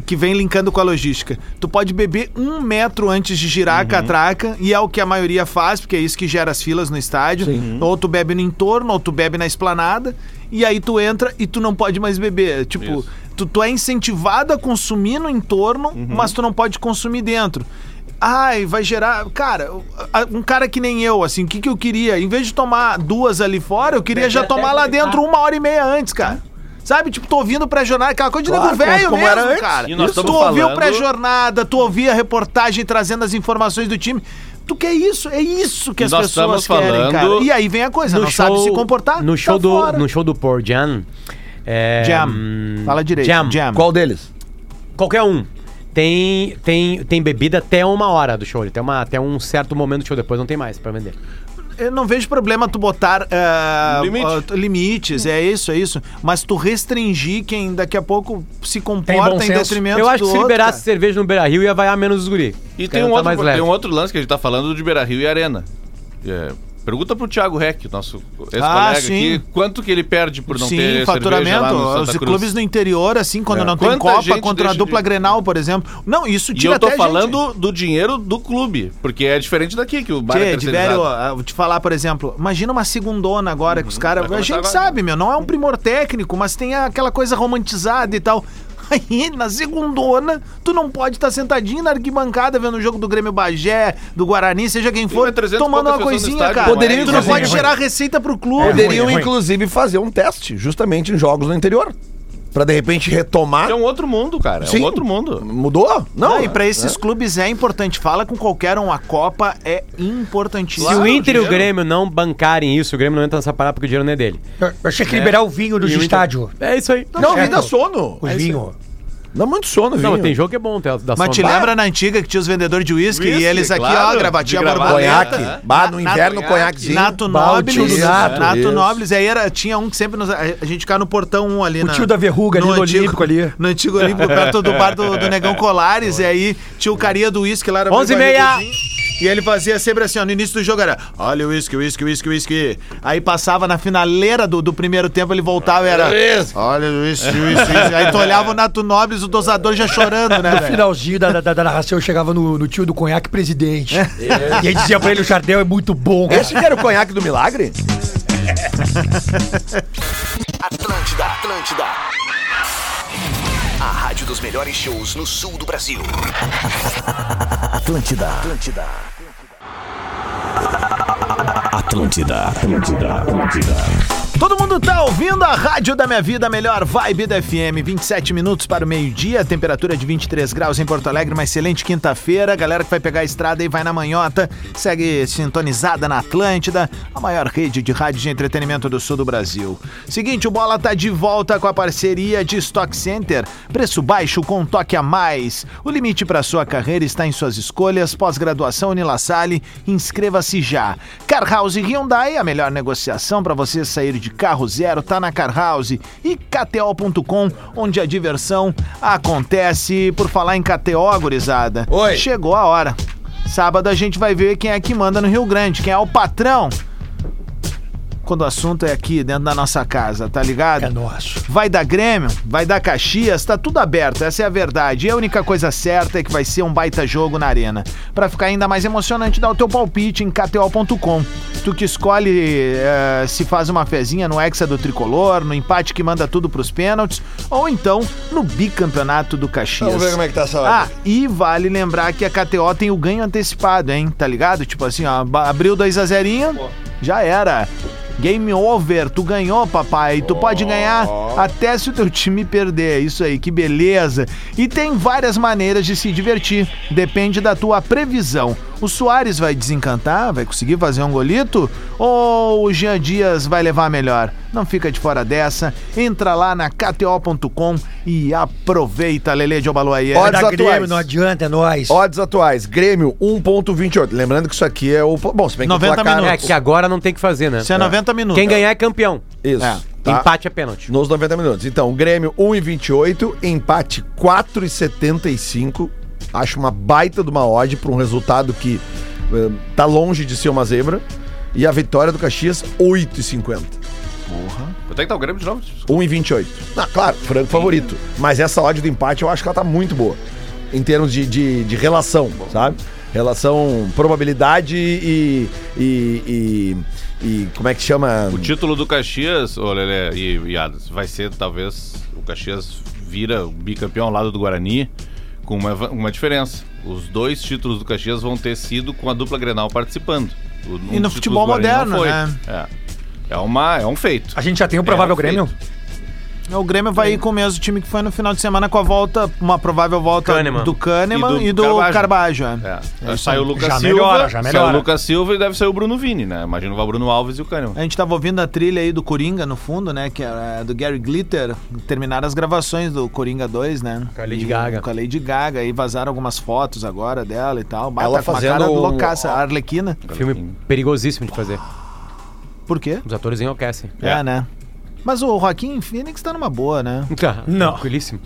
[SPEAKER 2] que vem linkando com a logística. Tu pode beber um metro antes de girar a catraca, e é o que a maioria faz, porque é isso que gera as filas no estádio. Ou tu bebe no entorno, ou tu bebe na esplanada, e aí tu entra e tu não pode mais beber. Tipo,
[SPEAKER 5] Isso.
[SPEAKER 2] tu, tu é incentivado a consumir no entorno, mas tu não pode consumir dentro. Ai, vai gerar. Cara, a- um cara que nem eu, assim, o que, que eu queria? Em vez de tomar duas ali fora, eu queria já tomar lá dentro uma hora e meia antes, cara. Sabe, tipo, tô ouvindo pré-jornada, aquela coisa de nego
[SPEAKER 4] Claro,
[SPEAKER 2] velho
[SPEAKER 4] como
[SPEAKER 2] mesmo,
[SPEAKER 4] era antes.
[SPEAKER 2] cara.
[SPEAKER 5] E nós
[SPEAKER 2] tu
[SPEAKER 5] estamos
[SPEAKER 2] ouvia o
[SPEAKER 5] falando-
[SPEAKER 2] pré-jornada, tu ouvia a reportagem trazendo as informações do time. Tu quer isso? É isso que
[SPEAKER 5] E
[SPEAKER 2] as
[SPEAKER 5] nós
[SPEAKER 2] pessoas
[SPEAKER 5] estamos
[SPEAKER 2] querem,
[SPEAKER 5] falando-
[SPEAKER 2] cara. E aí vem a coisa, não sabe se comportar,
[SPEAKER 3] No
[SPEAKER 2] tá
[SPEAKER 3] show do,
[SPEAKER 2] fora.
[SPEAKER 3] no show do Paul Jam. é,
[SPEAKER 2] Jam.
[SPEAKER 3] hum,
[SPEAKER 2] Fala direito.
[SPEAKER 3] Jam.
[SPEAKER 4] Qual deles?
[SPEAKER 3] Qualquer um. Tem, tem, tem bebida até uma hora do show. Até, uma, até um certo momento do show. Depois não tem mais pra vender.
[SPEAKER 2] Eu não vejo problema tu botar ah,
[SPEAKER 5] Limite.
[SPEAKER 2] ah, tu- limites, é isso, é isso. Mas tu restringir quem daqui a pouco se
[SPEAKER 6] bom
[SPEAKER 2] comporta em
[SPEAKER 6] senso.
[SPEAKER 2] detrimento
[SPEAKER 3] Eu acho
[SPEAKER 2] do
[SPEAKER 3] que se
[SPEAKER 2] outro,
[SPEAKER 3] liberasse
[SPEAKER 2] cara.
[SPEAKER 3] cerveja no Beira Rio ia vaiar menos os guri.
[SPEAKER 5] E
[SPEAKER 3] Os
[SPEAKER 5] tem
[SPEAKER 3] caras
[SPEAKER 5] um,
[SPEAKER 3] tá
[SPEAKER 5] outro,
[SPEAKER 3] mais leve.
[SPEAKER 5] tem um outro lance que a gente tá falando de Beira Rio e Arena. É, pergunta pro Thiago Reck, nosso
[SPEAKER 2] Ah,
[SPEAKER 5] ex-colega
[SPEAKER 2] sim.
[SPEAKER 5] aqui, quanto que ele perde por não ter
[SPEAKER 2] Sim,
[SPEAKER 5] cerveja lá
[SPEAKER 2] faturamento.
[SPEAKER 5] no Santa
[SPEAKER 2] Os
[SPEAKER 5] Cruz. É.
[SPEAKER 2] clubes no interior, assim, quando não tem
[SPEAKER 5] Quanta
[SPEAKER 2] Copa,
[SPEAKER 5] gente
[SPEAKER 2] contra a
[SPEAKER 5] deixa
[SPEAKER 2] dupla
[SPEAKER 5] de-
[SPEAKER 2] Grenal, por exemplo. Não, isso
[SPEAKER 5] E
[SPEAKER 2] tira
[SPEAKER 5] eu tô
[SPEAKER 2] até a gente.
[SPEAKER 5] falando do dinheiro do clube, porque é diferente daqui, que o bar é
[SPEAKER 2] Tchê, de velho,
[SPEAKER 5] terceirizado.
[SPEAKER 2] ó, vou te falar, por exemplo, imagina uma segundona agora que os caras.
[SPEAKER 5] Uhum. vai
[SPEAKER 2] A gente
[SPEAKER 5] começar agora.
[SPEAKER 2] sabe, meu, não é um primor técnico, mas tem aquela coisa romantizada e tal. [laughs] Aí, na segundona, tu não pode estar sentadinho na arquibancada vendo o jogo do Grêmio Bagé, do Guarani, seja quem for,
[SPEAKER 5] é 300
[SPEAKER 2] tomando uma
[SPEAKER 5] poucas pessoas no
[SPEAKER 2] coisinha,
[SPEAKER 5] estádio,
[SPEAKER 2] cara.
[SPEAKER 5] não é
[SPEAKER 2] tu não
[SPEAKER 5] isso,
[SPEAKER 2] pode
[SPEAKER 6] é ruim.
[SPEAKER 2] gerar receita pro clube. Né,
[SPEAKER 4] Poderiam,
[SPEAKER 6] é ruim.
[SPEAKER 4] inclusive, fazer um teste justamente em jogos no interior. Pra, de repente, retomar.
[SPEAKER 5] É um outro mundo, cara. É
[SPEAKER 4] Sim.
[SPEAKER 5] um outro mundo.
[SPEAKER 4] Mudou?
[SPEAKER 2] Não,
[SPEAKER 4] Não.
[SPEAKER 2] e pra esses clubes é importante. Fala com qualquer um. A Copa é importantíssima.
[SPEAKER 3] Se o Inter e o
[SPEAKER 5] dinheiro.
[SPEAKER 3] Grêmio não bancarem isso, o Grêmio não entra nessa parada porque o dinheiro não é dele.
[SPEAKER 6] Eu eu achei que liberar o vinho do
[SPEAKER 3] E o Inter-
[SPEAKER 6] estádio.
[SPEAKER 3] É isso aí.
[SPEAKER 4] Não, me
[SPEAKER 6] Certo.
[SPEAKER 4] dá sono.
[SPEAKER 2] É
[SPEAKER 6] Os vinhos.
[SPEAKER 4] Dá muito sono,
[SPEAKER 3] Não,
[SPEAKER 4] viu?
[SPEAKER 3] mas tem jogo que é bom. Tem, a- da
[SPEAKER 2] Mas te
[SPEAKER 3] sombra.
[SPEAKER 2] lembra na antiga que tinha os vendedores de uísque e
[SPEAKER 5] Uísque,
[SPEAKER 2] eles aqui,
[SPEAKER 5] claro,
[SPEAKER 2] ó, gravatinha
[SPEAKER 5] de gravata.
[SPEAKER 2] borboleta.
[SPEAKER 5] Aham.
[SPEAKER 4] Conhaque. Bah, no
[SPEAKER 2] Na-
[SPEAKER 4] inverno,
[SPEAKER 5] na-
[SPEAKER 4] conhaquezinho.
[SPEAKER 2] Nato
[SPEAKER 4] Balde,
[SPEAKER 2] Nobles.
[SPEAKER 4] Nato,
[SPEAKER 2] Nato
[SPEAKER 4] isso.
[SPEAKER 2] Nobles. Aí era, tinha um que sempre nos. A, a gente ficava no portão 1 ali,
[SPEAKER 6] O
[SPEAKER 2] na-
[SPEAKER 6] tio da verruga ali no
[SPEAKER 2] antigo-
[SPEAKER 6] Olímpico ali.
[SPEAKER 2] No antigo Olímpico, perto do bar do, do Negão Colares. e aí tinha o carinha do uísque lá. era bem
[SPEAKER 3] 11 e meia.
[SPEAKER 2] barrigudinho, E ele fazia sempre assim, ó, no início do jogo era Olha o uísque, uísque, uísque, uísque Aí passava na finaleira do, do primeiro tempo Ele voltava e era Olha o uísque, uísque, uísque Aí tu olhava o Nato Nobles, o dosador já chorando, né,
[SPEAKER 6] [laughs] No
[SPEAKER 2] velho?
[SPEAKER 6] finalzinho da, da, da, da narração, eu chegava no, no tio do conhaque presidente. E ele dizia pra ele, o Jardel é muito bom. cara."
[SPEAKER 4] Esse que era o conhaque do milagre?
[SPEAKER 9] Atlântida, Atlântida. A rádio dos melhores shows no sul do Brasil. Atlântida, Atlântida.
[SPEAKER 1] Atlântida, Atlântida, Atlântida.
[SPEAKER 2] Todo mundo tá ouvindo a Rádio da Minha Vida, a melhor vibe da FM. 27 minutos para o meio-dia, temperatura de 23 graus em Porto Alegre, uma excelente quinta-feira. Galera que vai pegar a estrada e vai na manhota, segue sintonizada na Atlântida, a maior rede de rádio de entretenimento do sul do Brasil. Seguinte, o Bola tá de volta com a parceria de Stock Center. Preço baixo com um toque a mais. O limite para sua carreira está em suas escolhas. Pós-graduação Unilassalle, inscreva-se já. Car House Hyundai, a melhor negociação para você sair de carro zero, tá na Car House e KTO.com, onde a diversão acontece. Por falar em KTO, gurizada,
[SPEAKER 3] Oi.
[SPEAKER 2] chegou a hora. Sábado a gente vai ver quem é que manda no Rio Grande, quem é o patrão. Quando o assunto é aqui, dentro da nossa casa, tá ligado?
[SPEAKER 6] É nosso.
[SPEAKER 2] Vai dar Grêmio, vai dar Caxias, tá tudo aberto, essa é a verdade. E a única coisa certa é que vai ser um baita jogo na arena. Pra ficar ainda mais emocionante, dá o teu palpite em KTO.com. Tu que escolhe eh, se faz uma fezinha no Hexa do Tricolor, no empate que manda tudo pros pênaltis, ou então no bicampeonato do Caxias.
[SPEAKER 4] Vamos ver como é que tá essa
[SPEAKER 2] Ah, e vale lembrar que a KTO tem o ganho antecipado, hein? Tá ligado? Tipo assim, ó, ba- abriu 2 a 0 já era. Game over, tu ganhou, papai. Tu pode ganhar até se o teu time perder. É Isso aí, que beleza. E tem várias maneiras de se divertir. Depende da tua previsão. O Soares vai desencantar, vai conseguir fazer um golito? Ou o Jean Dias vai levar a melhor? Não fica de fora dessa. Entra lá na KTO.com e aproveita, Lele de Obaluaia.
[SPEAKER 4] Olha,
[SPEAKER 6] Dá
[SPEAKER 4] Odds
[SPEAKER 6] Grêmio,
[SPEAKER 4] atuais.
[SPEAKER 6] não adianta, é nóis.
[SPEAKER 4] Odds atuais, Grêmio 1.28. Lembrando que isso aqui é o. Bom, se bem que
[SPEAKER 2] 90
[SPEAKER 4] o placar...
[SPEAKER 2] minutos.
[SPEAKER 3] É que agora não tem o que fazer, né?
[SPEAKER 2] Isso é 90 minutos.
[SPEAKER 3] Quem ganhar é campeão.
[SPEAKER 4] Isso.
[SPEAKER 2] É.
[SPEAKER 4] tá?
[SPEAKER 3] Empate é pênalti.
[SPEAKER 4] Nos 90 minutos. Então, Grêmio 1,28, empate 4,75. Acho uma baita de uma odd para um resultado que eh, tá longe de ser uma zebra. E a vitória do Caxias, 8,50.
[SPEAKER 5] Quanto é que tá o Grêmio de novo?
[SPEAKER 4] 1,28. Ah, claro, franco favorito. Mas essa odd do empate eu acho que ela tá muito boa. Em termos de, de, de relação, sabe? Relação, probabilidade e. e, e, e como é que chama?
[SPEAKER 5] O título do Caxias, ô Lelé e, e Adas, vai ser talvez o Caxias vira o bicampeão ao lado do Guarani com uma, va- uma diferença. Os dois títulos do Caxias vão ter sido com a dupla Grenal participando. O- um título do
[SPEAKER 2] futebol
[SPEAKER 5] Guarani não
[SPEAKER 2] moderno,
[SPEAKER 5] foi.
[SPEAKER 2] né?
[SPEAKER 5] É. É, uma, é um feito.
[SPEAKER 6] A gente já tem o
[SPEAKER 5] É,
[SPEAKER 6] provável
[SPEAKER 5] é feito.
[SPEAKER 6] Grêmio?
[SPEAKER 2] O Grêmio vai ir com o mesmo time que foi no final de semana com a volta, uma provável volta
[SPEAKER 3] Kahneman.
[SPEAKER 2] do Kahneman e
[SPEAKER 5] E
[SPEAKER 2] do
[SPEAKER 5] do
[SPEAKER 2] Carbajo.
[SPEAKER 5] Carbajo.
[SPEAKER 2] é.
[SPEAKER 5] É.
[SPEAKER 2] É isso
[SPEAKER 5] Saiu o
[SPEAKER 2] aí.
[SPEAKER 5] Lucas
[SPEAKER 6] Já
[SPEAKER 5] Silva.
[SPEAKER 6] melhora, já
[SPEAKER 5] Saiu
[SPEAKER 6] melhora.
[SPEAKER 5] o Lucas Silva e deve sair o Bruno Vini, né? Imagina vai o Bruno Alves e o Cânima.
[SPEAKER 2] A gente tava ouvindo a trilha aí do Coringa no fundo, né? Que era do Gary Glitter. Terminaram as gravações do Coringa 2, né?
[SPEAKER 3] Com a
[SPEAKER 2] E-
[SPEAKER 3] Lady Gaga.
[SPEAKER 2] Com a Lady Gaga. E vazaram algumas fotos agora dela e tal. Bata
[SPEAKER 4] Ela
[SPEAKER 2] com uma
[SPEAKER 4] fazendo
[SPEAKER 2] cara
[SPEAKER 4] um-
[SPEAKER 2] loucaça. A Arlequina.
[SPEAKER 3] Um Filme perigosíssimo de fazer.
[SPEAKER 2] Por quê?
[SPEAKER 3] Os atores enlouquecem.
[SPEAKER 2] É,
[SPEAKER 5] É.
[SPEAKER 2] né? Mas o Joaquim Phoenix tá numa boa, [laughs] né?
[SPEAKER 3] Tá,
[SPEAKER 6] Não.
[SPEAKER 3] Tranquilíssimo.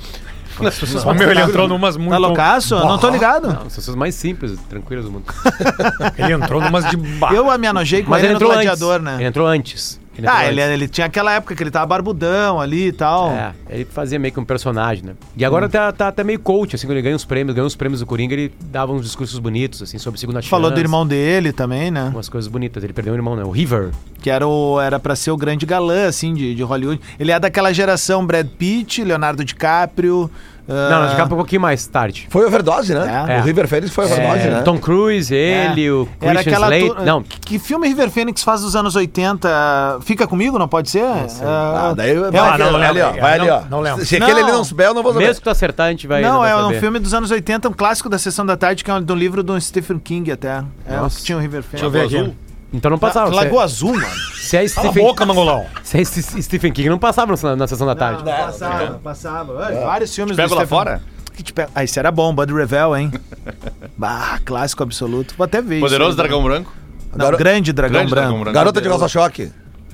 [SPEAKER 6] O meu, ele entrou numas muito.
[SPEAKER 2] Tá loucaço? Não tô ligado.
[SPEAKER 3] Não, são pessoas mais simples, tranquilas do mundo.
[SPEAKER 6] Ele entrou numas de. Bah.
[SPEAKER 2] Eu me anojei com
[SPEAKER 3] Mas
[SPEAKER 2] ele,
[SPEAKER 3] ele
[SPEAKER 2] no
[SPEAKER 3] entrou antes.
[SPEAKER 2] gladiador, né?
[SPEAKER 3] Ele entrou antes. Ele entrou
[SPEAKER 2] Ah, ele,
[SPEAKER 3] antes.
[SPEAKER 2] ele tinha aquela época que ele tava barbudão ali e tal.
[SPEAKER 3] É, ele fazia meio que um personagem, né? E agora tá, tá até meio coach, assim, quando ele ganha os prêmios, ganhou os prêmios do Coringa, ele dava uns discursos bonitos, assim, sobre segunda chance.
[SPEAKER 2] Falou do irmão dele também, né?
[SPEAKER 3] Umas coisas bonitas. Ele perdeu o irmão, né? O River.
[SPEAKER 2] Que era, o, era pra ser o grande galã, assim, de, de Hollywood. Ele é daquela geração Brad Pitt, Leonardo DiCaprio. ah,
[SPEAKER 3] Não, não, de capa um pouquinho mais tarde.
[SPEAKER 4] Foi overdose, né?
[SPEAKER 2] É.
[SPEAKER 4] O River Félix foi overdose,
[SPEAKER 3] É,
[SPEAKER 4] né?
[SPEAKER 3] Tom Cruise, ele, o
[SPEAKER 2] Era
[SPEAKER 3] Christian
[SPEAKER 2] aquela.
[SPEAKER 3] Slater.
[SPEAKER 2] tu-
[SPEAKER 3] Não,
[SPEAKER 2] Que filme River Phoenix faz dos anos 80? Fica comigo, não pode ser? Ah,
[SPEAKER 4] Ah, daí eu-
[SPEAKER 2] é,
[SPEAKER 4] vai
[SPEAKER 2] não,
[SPEAKER 4] ali,
[SPEAKER 6] não lembro,
[SPEAKER 4] ó,
[SPEAKER 6] cara.
[SPEAKER 4] vai ali,
[SPEAKER 6] Não-
[SPEAKER 4] ó.
[SPEAKER 6] não lembro.
[SPEAKER 4] Se aquele
[SPEAKER 2] Não.
[SPEAKER 4] ali não souber, eu não vou saber.
[SPEAKER 3] mesmo que tu acertar, a gente vai.
[SPEAKER 2] não,
[SPEAKER 3] vai
[SPEAKER 2] é um
[SPEAKER 3] saber.
[SPEAKER 2] filme dos anos 80, um clássico da Sessão da Tarde, que é um- de um livro do Stephen King até. É,
[SPEAKER 3] Nossa.
[SPEAKER 2] tinha o River Phoenix.
[SPEAKER 5] eu ver aqui.
[SPEAKER 3] Então não passava. se é-
[SPEAKER 2] Lagoa Azul, mano.
[SPEAKER 3] Se é
[SPEAKER 6] Cala a
[SPEAKER 3] Stephen,
[SPEAKER 6] boca, Mangolão.
[SPEAKER 3] se é Sti- Stephen King, não passava na, na sessão da tarde.
[SPEAKER 2] Não, passava, passava. Olha, Vários filmes
[SPEAKER 5] Pega lá
[SPEAKER 2] Stephen-
[SPEAKER 5] fora?
[SPEAKER 2] Que te pega- Ah, isso era bom, Bud Revel, hein? [laughs] bah, clássico absoluto. Vou até ver.
[SPEAKER 5] Poderoso
[SPEAKER 2] isso aí. né?
[SPEAKER 5] Dragão Branco?
[SPEAKER 2] Não,
[SPEAKER 4] Garo-
[SPEAKER 2] Grande Dragão
[SPEAKER 5] Grande
[SPEAKER 2] Branco.
[SPEAKER 5] Dragão Branco.
[SPEAKER 4] Garota de calça choque.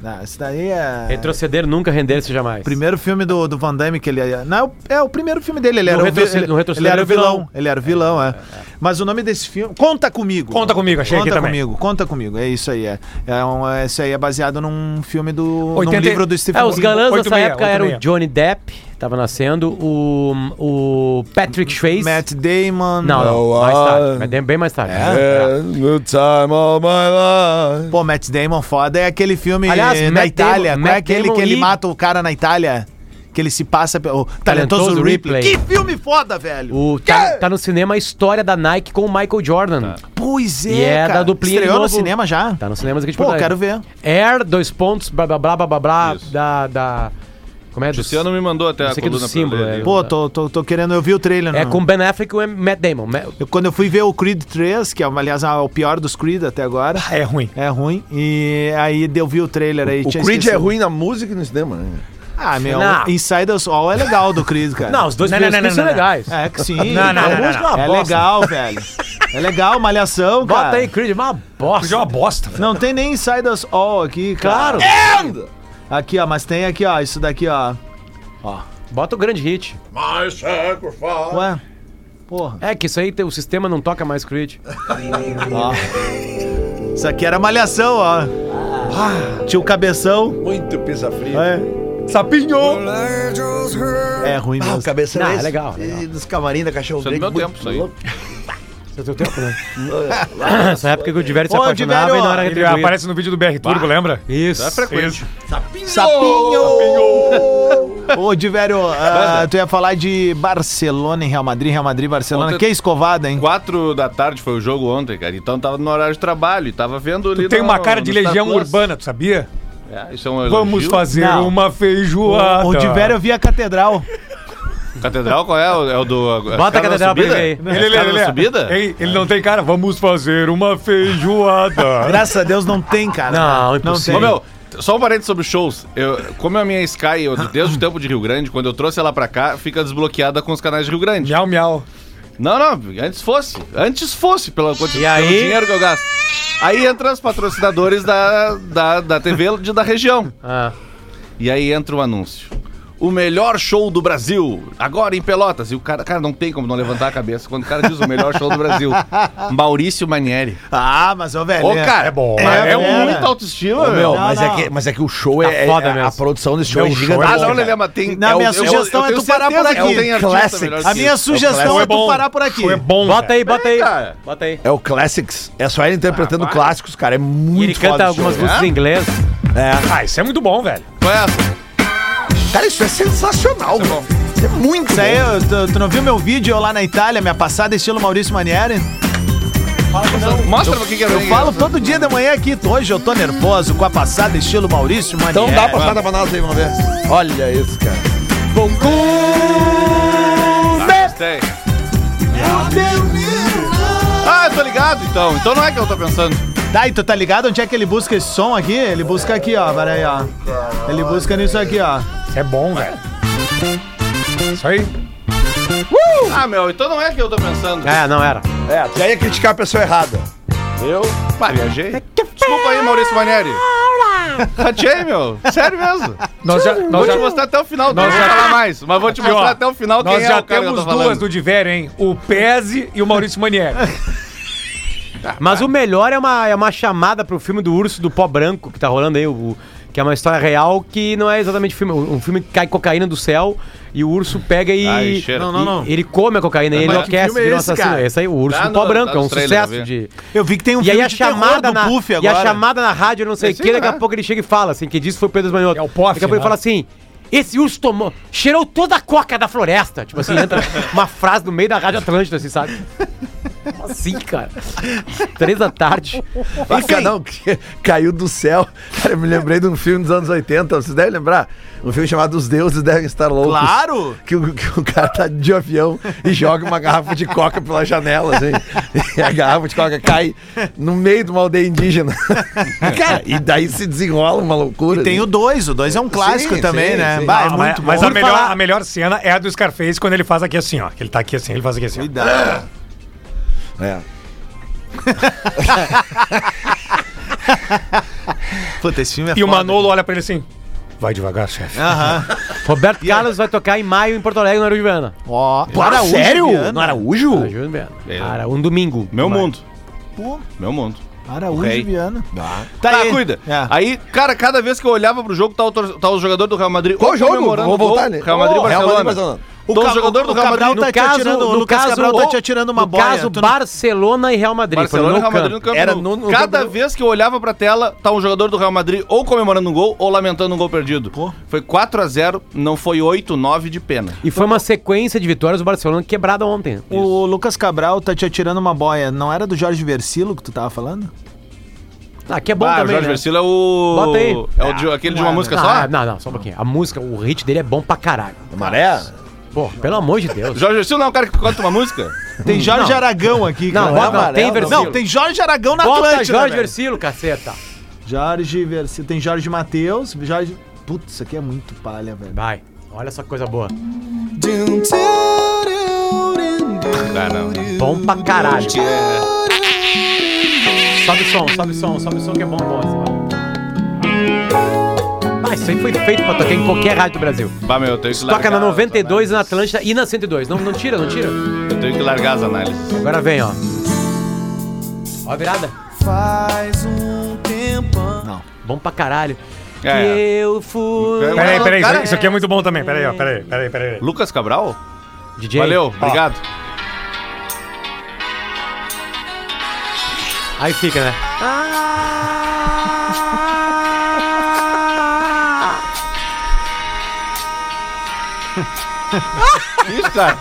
[SPEAKER 2] Ah, isso daí é.
[SPEAKER 3] Retroceder nunca render-se jamais.
[SPEAKER 2] Primeiro filme do, do Van Damme que ele. Não, é o- é o primeiro filme dele. Ele
[SPEAKER 3] No
[SPEAKER 2] era, o vi-
[SPEAKER 3] retroceder-
[SPEAKER 2] ele,
[SPEAKER 3] no retroceder
[SPEAKER 2] ele era o
[SPEAKER 3] ele é o
[SPEAKER 2] vilão.
[SPEAKER 3] vilão.
[SPEAKER 2] Ele era o vilão, é. Mas o nome desse filme. Conta comigo.
[SPEAKER 6] Conta comigo, achei
[SPEAKER 2] Conta
[SPEAKER 6] aqui também.
[SPEAKER 2] comigo, conta comigo. É isso aí. É. É um, é- isso aí é baseado num filme do.
[SPEAKER 6] 80
[SPEAKER 2] num livro do Stephen
[SPEAKER 3] É, os galãs
[SPEAKER 6] Oito
[SPEAKER 3] dessa
[SPEAKER 6] meia,
[SPEAKER 3] época
[SPEAKER 6] oito
[SPEAKER 3] eram
[SPEAKER 6] meia.
[SPEAKER 3] o Johnny Depp, tava nascendo, o, o Patrick Swayze.
[SPEAKER 2] Matt Damon.
[SPEAKER 3] Não,
[SPEAKER 4] Oh,
[SPEAKER 3] não, mais
[SPEAKER 4] ah.
[SPEAKER 3] tarde, mas bem mais tarde. É.
[SPEAKER 4] no time of my life.
[SPEAKER 2] Pô, Matt Damon foda é aquele filme
[SPEAKER 3] Aliás,
[SPEAKER 2] na
[SPEAKER 3] Matt
[SPEAKER 2] Itália.
[SPEAKER 3] Damon-
[SPEAKER 2] Como é
[SPEAKER 3] Matt
[SPEAKER 2] aquele
[SPEAKER 3] Damon
[SPEAKER 2] que ele
[SPEAKER 3] e-
[SPEAKER 2] mata o cara na Itália? Que ele se passa pelo. Talentoso,
[SPEAKER 3] Talentoso
[SPEAKER 2] Ripley.
[SPEAKER 3] Ripley.
[SPEAKER 2] Que filme foda, velho!
[SPEAKER 3] O, tá, tá no cinema a história da Nike com o Michael Jordan. Pô,
[SPEAKER 2] Pois é,
[SPEAKER 3] E é da duplinha
[SPEAKER 2] Estreou
[SPEAKER 3] de
[SPEAKER 2] no
[SPEAKER 3] novo.
[SPEAKER 2] cinema já?
[SPEAKER 3] Tá nos cinemas aqui de
[SPEAKER 2] Pô,
[SPEAKER 3] Porto Alegre.
[SPEAKER 2] quero ver.
[SPEAKER 3] Air, dois pontos, blá blá blá blá blá, blá
[SPEAKER 5] Isso.
[SPEAKER 3] da, da. Como é? Do-
[SPEAKER 5] Luciano me mandou até
[SPEAKER 3] Isso
[SPEAKER 5] a
[SPEAKER 3] aqui é do
[SPEAKER 5] coluna
[SPEAKER 3] símbolo,
[SPEAKER 5] pra ler.
[SPEAKER 3] é.
[SPEAKER 5] Pô,
[SPEAKER 2] Pô, tô, tô, tô querendo, eu vi o trailer.
[SPEAKER 3] É
[SPEAKER 2] não.
[SPEAKER 3] com Ben Affleck e Matt Damon. Ma-
[SPEAKER 2] Eu- quando eu fui ver o Creed 3, que é, uma- aliás, é o pior dos Creed até agora,
[SPEAKER 6] Ah, é ruim.
[SPEAKER 2] é ruim, e aí eu vi o trailer aí.
[SPEAKER 4] O
[SPEAKER 2] tinha
[SPEAKER 4] Creed é
[SPEAKER 2] esquecido.
[SPEAKER 4] ruim na música e no cinema, né?
[SPEAKER 2] Ah, meu,
[SPEAKER 3] Não.
[SPEAKER 2] Inside Us All é legal do Creed, cara.
[SPEAKER 3] Não, os dois
[SPEAKER 6] Não,
[SPEAKER 3] primeiros
[SPEAKER 6] não, não,
[SPEAKER 3] filmes são
[SPEAKER 6] não, não.
[SPEAKER 3] legais.
[SPEAKER 2] É que sim.
[SPEAKER 6] Não, não, não, não, não.
[SPEAKER 2] É legal, velho. É legal, malhação, cara.
[SPEAKER 3] Bota aí, Creed, uma bosta.
[SPEAKER 6] Hoje é uma bosta. velho.
[SPEAKER 2] Não tem nem Inside Us All aqui, cara. É!
[SPEAKER 3] Claro.
[SPEAKER 2] Aqui, ó, mas tem aqui, ó, isso daqui, ó.
[SPEAKER 3] Bota o grande hit.
[SPEAKER 2] Ué? Porra.
[SPEAKER 3] É que isso aí, tem- o sistema não toca mais Creed.
[SPEAKER 2] Isso aqui era malhação, ó. Tinha o cabeção.
[SPEAKER 4] Muito pizza fria.
[SPEAKER 2] É,
[SPEAKER 6] Sapinho!
[SPEAKER 2] é ruim
[SPEAKER 4] Ah,
[SPEAKER 2] mesmo.
[SPEAKER 4] o cabeção
[SPEAKER 3] Não,
[SPEAKER 4] é
[SPEAKER 3] é
[SPEAKER 4] esse?
[SPEAKER 3] legal, legal.
[SPEAKER 4] E Dos camarim da cachorro
[SPEAKER 5] Isso é do meu
[SPEAKER 4] Muito
[SPEAKER 5] tempo, isso aí.
[SPEAKER 4] louco.
[SPEAKER 3] Isso é teu tempo, né? Nessa época que o Diverio se
[SPEAKER 2] Ô,
[SPEAKER 3] apaixonava
[SPEAKER 2] Diverio,
[SPEAKER 3] e na hora
[SPEAKER 6] Ele
[SPEAKER 3] retribuída.
[SPEAKER 6] aparece no vídeo do BR Turbo, lembra?
[SPEAKER 3] Isso.
[SPEAKER 5] é frequente.
[SPEAKER 6] Isso.
[SPEAKER 2] Sapinho! [laughs] Ô, Diverio, ah, tu ia falar de Barcelona e Real Madrid, Real Madrid e Barcelona.
[SPEAKER 5] Ontem-
[SPEAKER 2] Que escovada, hein?
[SPEAKER 5] Quatro da tarde foi o jogo ontem, cara. Então tava no horário de trabalho e tava vendo ali.
[SPEAKER 6] Tu tem
[SPEAKER 5] no-
[SPEAKER 6] uma cara de
[SPEAKER 5] no Star
[SPEAKER 6] legião
[SPEAKER 5] Plus.
[SPEAKER 6] urbana, tu sabia?
[SPEAKER 5] É, isso é um
[SPEAKER 6] Vamos
[SPEAKER 5] elogio.
[SPEAKER 6] fazer
[SPEAKER 2] Não.
[SPEAKER 6] uma feijoada.
[SPEAKER 2] O, o Diverio via a catedral.
[SPEAKER 5] Catedral qual é? O- É o do.
[SPEAKER 3] Bota a catedral pra
[SPEAKER 5] subida? É,
[SPEAKER 3] ele aí.
[SPEAKER 6] Ele, ele,
[SPEAKER 5] Escada
[SPEAKER 6] ele, É
[SPEAKER 5] na subida?
[SPEAKER 6] Ele, ele não tem cara. Vamos fazer uma
[SPEAKER 2] [laughs]
[SPEAKER 6] feijoada.
[SPEAKER 2] Graças a Deus não tem, cara.
[SPEAKER 3] Não, impossível.
[SPEAKER 5] Ô, meu, só um parênteses sobre shows. Eu, como é a minha Sky, eu, desde o tempo de Rio Grande, quando eu trouxe ela pra cá, fica desbloqueada com os canais de Rio Grande.
[SPEAKER 6] miau, miau.
[SPEAKER 5] Não, não, antes fosse. Antes fosse, pela quanti-
[SPEAKER 3] E aí?
[SPEAKER 5] pelo dinheiro que eu gasto. Aí entra os patrocinadores da, da, da TV de- da região.
[SPEAKER 3] Ah.
[SPEAKER 5] E aí entra o anúncio. O melhor show do Brasil, agora em Pelotas. E o cara, cara, não tem como não levantar a cabeça quando o cara diz o melhor show
[SPEAKER 2] [laughs]
[SPEAKER 5] do Brasil. Maurício Manieri.
[SPEAKER 2] Ah, mas ô, velho.
[SPEAKER 5] Ô, cara, é bom.
[SPEAKER 6] Ah,
[SPEAKER 5] É,
[SPEAKER 6] um-
[SPEAKER 2] é bom.
[SPEAKER 5] muita autoestima,
[SPEAKER 4] Meu,
[SPEAKER 5] meu.
[SPEAKER 4] mas,
[SPEAKER 2] não.
[SPEAKER 4] É que, mas é que o show é. é-
[SPEAKER 3] foda
[SPEAKER 4] é-
[SPEAKER 3] mesmo.
[SPEAKER 4] A produção desse show
[SPEAKER 6] Meu
[SPEAKER 4] é
[SPEAKER 6] show é
[SPEAKER 4] gigantesca.
[SPEAKER 5] Ah, não,
[SPEAKER 6] bom,
[SPEAKER 4] cara.
[SPEAKER 5] Lelema, tem.
[SPEAKER 2] Não,
[SPEAKER 5] é o-
[SPEAKER 2] minha
[SPEAKER 5] eu- eu-
[SPEAKER 2] sugestão
[SPEAKER 5] eu
[SPEAKER 2] é
[SPEAKER 5] tenho
[SPEAKER 2] tu parar por
[SPEAKER 5] certeza que
[SPEAKER 2] aqui.
[SPEAKER 5] tem artista
[SPEAKER 4] Classics.
[SPEAKER 5] melhor que
[SPEAKER 2] A
[SPEAKER 5] isso.
[SPEAKER 2] minha sugestão
[SPEAKER 6] Foi
[SPEAKER 2] é tu
[SPEAKER 6] bom.
[SPEAKER 2] parar por aqui.
[SPEAKER 6] Foi bom.
[SPEAKER 3] Bota aí, bota aí.
[SPEAKER 5] cara.
[SPEAKER 3] Bota aí.
[SPEAKER 4] É o Classics. É só ele interpretando clássicos, cara. É muito
[SPEAKER 3] Ele canta
[SPEAKER 4] foda o
[SPEAKER 3] algumas
[SPEAKER 4] show. né?
[SPEAKER 3] músicas em inglês.
[SPEAKER 6] Ah, isso é muito bom, velho.
[SPEAKER 5] Qual é essa?
[SPEAKER 4] Cara, isso é sensacional,
[SPEAKER 5] Isso é bom.
[SPEAKER 4] velho. Isso é muito
[SPEAKER 2] Isso aí, eu- tu, tu não viu meu vídeo eu lá na Itália, minha passada estilo Maurício Manieri?
[SPEAKER 5] Mostra pra quem que é
[SPEAKER 2] Eu
[SPEAKER 5] bem-
[SPEAKER 2] falo todo dia de manhã aqui, hoje eu tô nervoso com a passada estilo Maurício Manieri.
[SPEAKER 4] Então dá passada pra nós aí, vamos ver. Olha isso, cara.
[SPEAKER 5] Gostei. Ah, eu tô ligado então. Então não é que eu tô pensando.
[SPEAKER 2] Tá, e tu tá ligado onde é que ele busca esse som aqui? Ele busca aqui, ó, peraí, ó. Ele busca nisso aqui, ó.
[SPEAKER 6] Isso é bom, velho. Isso aí.
[SPEAKER 5] Ah, meu, então não é que eu tô pensando.
[SPEAKER 3] É, não era.
[SPEAKER 4] É, tu já ia criticar a pessoa errada.
[SPEAKER 5] Pá, viajei. Desculpa aí, Maurício Manieri. Ratei, meu. Sério mesmo.
[SPEAKER 6] Nós já,
[SPEAKER 5] vou
[SPEAKER 6] nós já,
[SPEAKER 5] te mostrar até o final, não
[SPEAKER 6] Nós
[SPEAKER 5] vou
[SPEAKER 6] já-
[SPEAKER 5] falar mais. Mas vou te
[SPEAKER 6] Aqui, ó.
[SPEAKER 5] mostrar até o final quem
[SPEAKER 6] nós
[SPEAKER 5] é
[SPEAKER 6] já
[SPEAKER 5] o cara que eu
[SPEAKER 6] temos
[SPEAKER 5] tô falando.
[SPEAKER 6] duas do Diverio, hein? O Pese e o Maurício Manieri.
[SPEAKER 3] Mas o melhor é uma, é uma chamada pro filme do Urso do Pó Branco, que tá rolando aí, o- o- que é uma história real, que não é exatamente filme. Um filme que cai cocaína do céu e o urso pega e.
[SPEAKER 5] Ai, cheira.
[SPEAKER 2] Não, não, não.
[SPEAKER 3] e- Ele come a cocaína e ele
[SPEAKER 5] Mas que
[SPEAKER 3] enlouquece,
[SPEAKER 2] filme é
[SPEAKER 3] vira um
[SPEAKER 2] esse,
[SPEAKER 3] assassino.
[SPEAKER 2] cara?
[SPEAKER 3] Esse aí, o urso
[SPEAKER 5] Tá
[SPEAKER 3] do pó
[SPEAKER 5] no-
[SPEAKER 3] branco,
[SPEAKER 5] tá
[SPEAKER 3] é um
[SPEAKER 5] nos trailers, eu
[SPEAKER 3] sucesso
[SPEAKER 5] vi.
[SPEAKER 3] de.
[SPEAKER 2] Eu vi que tem um
[SPEAKER 3] E aí a
[SPEAKER 2] de terror
[SPEAKER 3] chamada,
[SPEAKER 2] do
[SPEAKER 3] na,
[SPEAKER 2] Puff
[SPEAKER 3] e
[SPEAKER 2] agora.
[SPEAKER 3] a chamada na rádio, não sei o
[SPEAKER 5] Sim,
[SPEAKER 3] que, daqui a
[SPEAKER 5] né?
[SPEAKER 3] pouco ele chega e fala, assim, que disse foi o Pedro Esmanhoto.
[SPEAKER 6] É o Poff,
[SPEAKER 3] Daqui a pouco ele
[SPEAKER 6] né?
[SPEAKER 3] fala assim, esse urso tomou, cheirou toda a coca da floresta. Tipo assim, entra uma frase no meio da rádio Atlântida, assim, sabe? Como Assim, cara. Três da tarde.
[SPEAKER 4] Ah, cara, não, que- caiu do céu. Cara, eu me lembrei de um filme dos anos 80, vocês devem lembrar. Um filme chamado Os Deuses Devem Estar Loucos.
[SPEAKER 2] Claro!
[SPEAKER 4] Que o, que o cara tá de avião e joga uma garrafa de coca pela janela, assim. E a garrafa de coca cai no meio de uma aldeia indígena. cara, e daí se desenrola uma loucura.
[SPEAKER 2] Tem o
[SPEAKER 4] assim.
[SPEAKER 2] 2, o 2 é um clássico
[SPEAKER 4] Sim,
[SPEAKER 2] também,
[SPEAKER 4] sim,
[SPEAKER 2] né?
[SPEAKER 4] sim.
[SPEAKER 2] Bah, é
[SPEAKER 6] Ah,
[SPEAKER 2] muito
[SPEAKER 6] mas
[SPEAKER 2] bom.
[SPEAKER 6] mas a,
[SPEAKER 3] Por
[SPEAKER 6] melhor,
[SPEAKER 3] falar-
[SPEAKER 6] a melhor cena é a do Scarface quando ele faz aqui assim, ó. Ele tá aqui assim, ele faz aqui assim. ó.
[SPEAKER 2] Cuidado.
[SPEAKER 4] É.
[SPEAKER 2] Puta, esse filme é
[SPEAKER 6] E o
[SPEAKER 2] foda.
[SPEAKER 6] Manolo olha pra ele assim. Vai devagar, chefe.
[SPEAKER 2] Aham.
[SPEAKER 3] Roberto Carlos vai tocar em maio em Porto Alegre, no Araújo Viana.
[SPEAKER 2] Ó,
[SPEAKER 4] Ah,
[SPEAKER 2] Araújo
[SPEAKER 4] sério?
[SPEAKER 2] Viana.
[SPEAKER 4] No Araújo?
[SPEAKER 3] Araújo Viana. Cara, um domingo.
[SPEAKER 5] Meu
[SPEAKER 3] Vai.
[SPEAKER 5] mundo.
[SPEAKER 2] Pô,
[SPEAKER 5] Meu mundo.
[SPEAKER 3] é
[SPEAKER 2] Araújo
[SPEAKER 5] Ok.
[SPEAKER 2] Viana.
[SPEAKER 5] Tá, cuida.
[SPEAKER 2] É.
[SPEAKER 5] Aí, cara, cada vez que eu olhava pro jogo, tá o, tor- tá o jogador do Real Madrid.
[SPEAKER 4] Qual
[SPEAKER 5] ou
[SPEAKER 4] jogo?
[SPEAKER 5] comemorando
[SPEAKER 4] Vamos
[SPEAKER 5] o gol,
[SPEAKER 4] voltar, né?
[SPEAKER 5] Real Madrid e
[SPEAKER 4] Real Madrid e
[SPEAKER 5] Barcelona.
[SPEAKER 4] Barcelona.
[SPEAKER 2] O,
[SPEAKER 5] Então,
[SPEAKER 2] Ca-
[SPEAKER 5] o jogador
[SPEAKER 2] o
[SPEAKER 5] do Real
[SPEAKER 2] Cabral
[SPEAKER 5] Madrid-
[SPEAKER 2] tá
[SPEAKER 3] no
[SPEAKER 2] te
[SPEAKER 3] caso,
[SPEAKER 2] atirando, o
[SPEAKER 3] no
[SPEAKER 2] Lucas
[SPEAKER 3] caso,
[SPEAKER 2] Cabral tá
[SPEAKER 3] o-
[SPEAKER 2] te atirando uma
[SPEAKER 3] no
[SPEAKER 2] bola.
[SPEAKER 3] caso,
[SPEAKER 2] tu não-
[SPEAKER 3] Barcelona e Real Madrid. foi
[SPEAKER 5] Barcelona e
[SPEAKER 3] no
[SPEAKER 5] Real Madrid no
[SPEAKER 3] campo.
[SPEAKER 5] Camp
[SPEAKER 4] Era
[SPEAKER 5] Nou.
[SPEAKER 4] no- no
[SPEAKER 5] Cada
[SPEAKER 4] Camp Nou.
[SPEAKER 5] vez que eu olhava pra tela, tá um jogador do Real Madrid ou comemorando um gol ou lamentando um gol perdido. Foi 4 a 0 não foi 8 9 de pena.
[SPEAKER 3] E foi uma sequência de vitórias do Barcelona quebrada ontem.
[SPEAKER 2] O Lucas Cabral tá te atirando uma boia. Não era do Jorge Versilo que tu tava falando?
[SPEAKER 3] Ah, que é bom
[SPEAKER 5] Bah, o
[SPEAKER 3] também,
[SPEAKER 5] Jorge
[SPEAKER 3] né?
[SPEAKER 5] Versilo é o.
[SPEAKER 3] Bota aí. Ah,
[SPEAKER 5] É o de- aquele de uma música
[SPEAKER 3] não,
[SPEAKER 5] só?
[SPEAKER 3] Não, não, só um pouquinho. A música, o hit dele é bom pra caralho.
[SPEAKER 4] Maré?
[SPEAKER 3] Pô, pelo amor de Deus.
[SPEAKER 5] Jorge Versilo não é o cara que canta uma música?
[SPEAKER 2] Tem Jorge
[SPEAKER 3] não.
[SPEAKER 2] Aragão aqui,
[SPEAKER 3] Não,
[SPEAKER 2] cara.
[SPEAKER 3] bota- não, tem
[SPEAKER 2] Não,
[SPEAKER 3] Versilo.
[SPEAKER 2] tem Jorge Aragão na
[SPEAKER 3] Bota
[SPEAKER 5] né,
[SPEAKER 2] Atlântida.
[SPEAKER 3] Jorge
[SPEAKER 2] velho.
[SPEAKER 3] Versilo, caceta.
[SPEAKER 2] Jorge Versilo. Tem Jorge Matheus, Jorge... Putz, isso aqui é muito palha, velho.
[SPEAKER 3] Vai. Olha essa coisa boa.
[SPEAKER 5] Ah,
[SPEAKER 3] Bom pra caralho. Sobe o som, sobe o som, sobe o som que é bom, bom. Assim, vai. Ah, isso aí foi feito pra tocar em qualquer rádio do Brasil.
[SPEAKER 5] Bah, meu, eu tenho que
[SPEAKER 3] Toca na
[SPEAKER 5] largar as
[SPEAKER 3] 92, na
[SPEAKER 5] análises.
[SPEAKER 3] Atlântida e na 102. Não, não tira, não tira.
[SPEAKER 5] Eu tenho que largar as análises.
[SPEAKER 3] Agora vem, ó. Ó a virada.
[SPEAKER 4] um
[SPEAKER 2] Não.
[SPEAKER 3] Bom pra caralho.
[SPEAKER 5] É.
[SPEAKER 3] Que eu fui.
[SPEAKER 5] Pera
[SPEAKER 10] Peraí, peraí,
[SPEAKER 5] Cara,
[SPEAKER 10] isso, isso aqui é muito bom também. Peraí, ó, peraí, peraí, peraí.
[SPEAKER 5] Lucas Cabral?
[SPEAKER 3] DJ.
[SPEAKER 5] Valeu, obrigado.
[SPEAKER 3] Aí fica, né?
[SPEAKER 5] Isso, cara.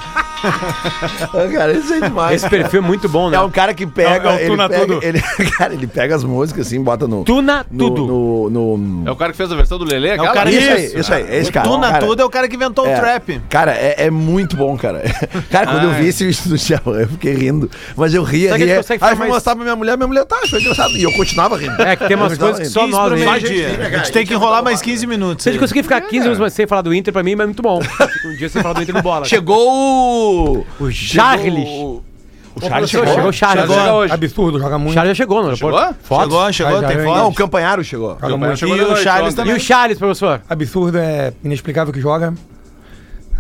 [SPEAKER 4] Cara, isso é demais.
[SPEAKER 3] Esse perfil é muito bom, né?
[SPEAKER 4] É um cara que pega.
[SPEAKER 10] É o- é o
[SPEAKER 4] ele
[SPEAKER 10] Tuna
[SPEAKER 4] pega,
[SPEAKER 10] Tudo.
[SPEAKER 4] Ele, [laughs] cara, ele pega as músicas assim, bota no.
[SPEAKER 3] Tuna
[SPEAKER 4] no,
[SPEAKER 3] tudo.
[SPEAKER 4] No, no-
[SPEAKER 5] É o cara que fez a versão do Lelê, aquela?
[SPEAKER 2] cara
[SPEAKER 4] isso,
[SPEAKER 2] que-
[SPEAKER 4] aí, isso aí, é esse cara.
[SPEAKER 2] Tuna
[SPEAKER 4] cara,
[SPEAKER 2] Tudo é o cara que inventou
[SPEAKER 4] é.
[SPEAKER 2] o trap.
[SPEAKER 4] Cara, é, é muito bom, cara. [laughs] Cara, quando eu
[SPEAKER 5] Ai.
[SPEAKER 4] vi esse vídeo do Chão, eu fiquei rindo. Mas eu ria,
[SPEAKER 3] Será que a gente
[SPEAKER 4] ria. Aí
[SPEAKER 3] consegue
[SPEAKER 4] eu
[SPEAKER 3] falar
[SPEAKER 4] fui
[SPEAKER 3] mais-
[SPEAKER 4] mostrar pra minha mulher, minha mulher tá, achou engraçado. E eu continuava rindo.
[SPEAKER 3] É que tem umas
[SPEAKER 4] Eu
[SPEAKER 3] coisas que só
[SPEAKER 4] continuava rindo.
[SPEAKER 3] nós, hein?
[SPEAKER 2] meio-dia. A gente tem que enrolar mais 15 minutos.
[SPEAKER 3] Se a gente
[SPEAKER 2] aí.
[SPEAKER 3] conseguir
[SPEAKER 4] É.
[SPEAKER 3] ficar 15 minutos mais sem falar do Inter, pra mim é muito bom. Um dia sem falar do Inter no bola.
[SPEAKER 4] Chegou o.
[SPEAKER 3] o Charles.
[SPEAKER 4] O Charles
[SPEAKER 3] Chegou,
[SPEAKER 4] chegou.
[SPEAKER 3] chegou o Charles.
[SPEAKER 5] Chegou
[SPEAKER 3] Chegou.
[SPEAKER 5] hoje.
[SPEAKER 6] Absurdo, joga
[SPEAKER 3] O
[SPEAKER 6] muito.
[SPEAKER 3] Charles já chegou no aeroporto.
[SPEAKER 5] Chegou?
[SPEAKER 3] Fotos.
[SPEAKER 2] Chegou, chegou,
[SPEAKER 6] Já, já
[SPEAKER 2] tem
[SPEAKER 6] vem.
[SPEAKER 4] Não,
[SPEAKER 2] foto.
[SPEAKER 4] o Campanharo chegou.
[SPEAKER 6] Joga
[SPEAKER 5] Meu pai
[SPEAKER 6] muito.
[SPEAKER 5] chegou
[SPEAKER 2] E
[SPEAKER 5] de
[SPEAKER 2] o
[SPEAKER 5] noite
[SPEAKER 2] Charles
[SPEAKER 5] ontem. é
[SPEAKER 2] também.
[SPEAKER 3] E o Charles, professor?
[SPEAKER 6] Absurdo, é inexplicável que joga.